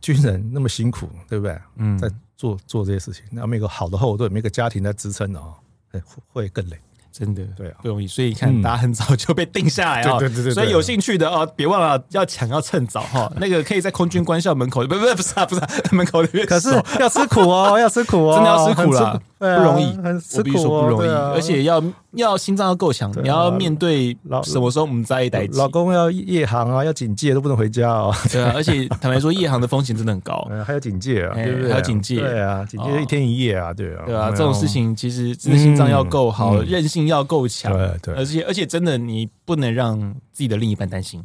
Speaker 2: 军人那么辛苦，对不对？
Speaker 1: 嗯，
Speaker 2: 在做做这些事情，那没有个好的后盾，没有个家庭在支撑的啊，会会更累。
Speaker 1: 真的
Speaker 2: 对啊
Speaker 1: 不容易，所以你看、
Speaker 2: 嗯
Speaker 1: 大家很早就被定下来啊、哦，
Speaker 2: 对对对对对
Speaker 1: 所以有兴趣的哦，别忘了要抢要趁早哈、 哦，那个可以在空军官校门口，不不不是啊不是啊，门口那边
Speaker 2: 可是
Speaker 1: 守
Speaker 2: 要吃苦哦，要吃苦哦，
Speaker 1: 真的要吃苦
Speaker 2: 很
Speaker 1: 啦
Speaker 2: 吃，对啊
Speaker 1: 不容易，
Speaker 2: 很
Speaker 1: 我
Speaker 2: 吃
Speaker 1: 必须
Speaker 2: 苦
Speaker 1: 说
Speaker 2: 哦，
Speaker 1: 不容易，
Speaker 2: 对啊
Speaker 1: 而且要要心脏要够强，
Speaker 2: 对啊
Speaker 1: 你要面对
Speaker 2: 老
Speaker 1: 什么时候我们在一起，
Speaker 2: 老公要夜航啊，要警戒都不能回家哦，
Speaker 1: 对啊，而且坦白说，夜航的风险真的很 高，
Speaker 2: 嗯还有警戒啊，
Speaker 1: 哎
Speaker 2: 对不对？
Speaker 1: 还有警戒哦
Speaker 2: 对啊，警戒一天一夜啊，对啊，
Speaker 1: 对啊，
Speaker 2: 嗯
Speaker 1: 这种事，情其实真的心脏要够好，
Speaker 2: 嗯嗯
Speaker 1: 韧性要够强，
Speaker 2: 对对
Speaker 1: 而且而且真的你不能让自己的另一半担心，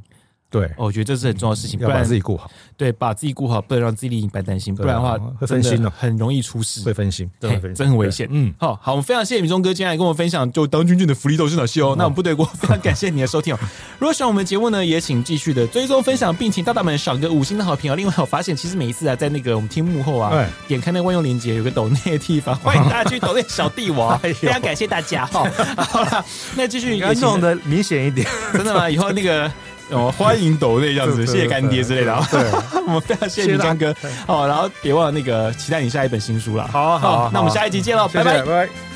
Speaker 2: 对，
Speaker 1: 哦我觉得这是很重要的事情，不
Speaker 2: 要把
Speaker 1: 然
Speaker 2: 自己顾好，
Speaker 1: 对把自己顾好，不能让自己另一半担心，不
Speaker 2: 对
Speaker 1: 然
Speaker 2: 啊
Speaker 1: 的话
Speaker 2: 会分心
Speaker 1: 真的
Speaker 2: 哦
Speaker 1: 很容易出事，
Speaker 2: 会分心，真
Speaker 1: 嘿
Speaker 2: 的会分心
Speaker 1: 真很危险。
Speaker 2: 对
Speaker 1: 嗯
Speaker 2: 嗯，
Speaker 1: 好好，我们非常谢谢米忠哥今天来跟我们分享，就当军军的福利都是哪些哦。那我们部队锅非常感谢你的收听 哦。如果喜欢我们的节目呢，也请继续的追踪分享，并请大大们赏个五星的好评哦。另外，我发现其实每一次啊，在那个我们听幕后啊
Speaker 2: 哎，
Speaker 1: 点开那个万用链接有个抖内的地 方，欢迎大家去抖内小帝王，非哎常感谢大家哈、哦。 好啦，那继续
Speaker 2: 应该
Speaker 1: 也请
Speaker 2: 弄得明显一点，
Speaker 1: 真的吗？以后那个。哦，欢迎抖内这样子，
Speaker 2: 对 对
Speaker 1: 谢谢干爹之类的啊。
Speaker 2: 对，
Speaker 1: 我们非常谢谢米
Speaker 2: 谢谢大
Speaker 1: 忠哥哦，然后别忘了那个期待你下一本新书啦。
Speaker 2: 好啊好啊
Speaker 1: 那我们
Speaker 2: 好啊
Speaker 1: 下一集见喽，
Speaker 2: 谢谢
Speaker 1: 拜拜
Speaker 2: 拜。拜。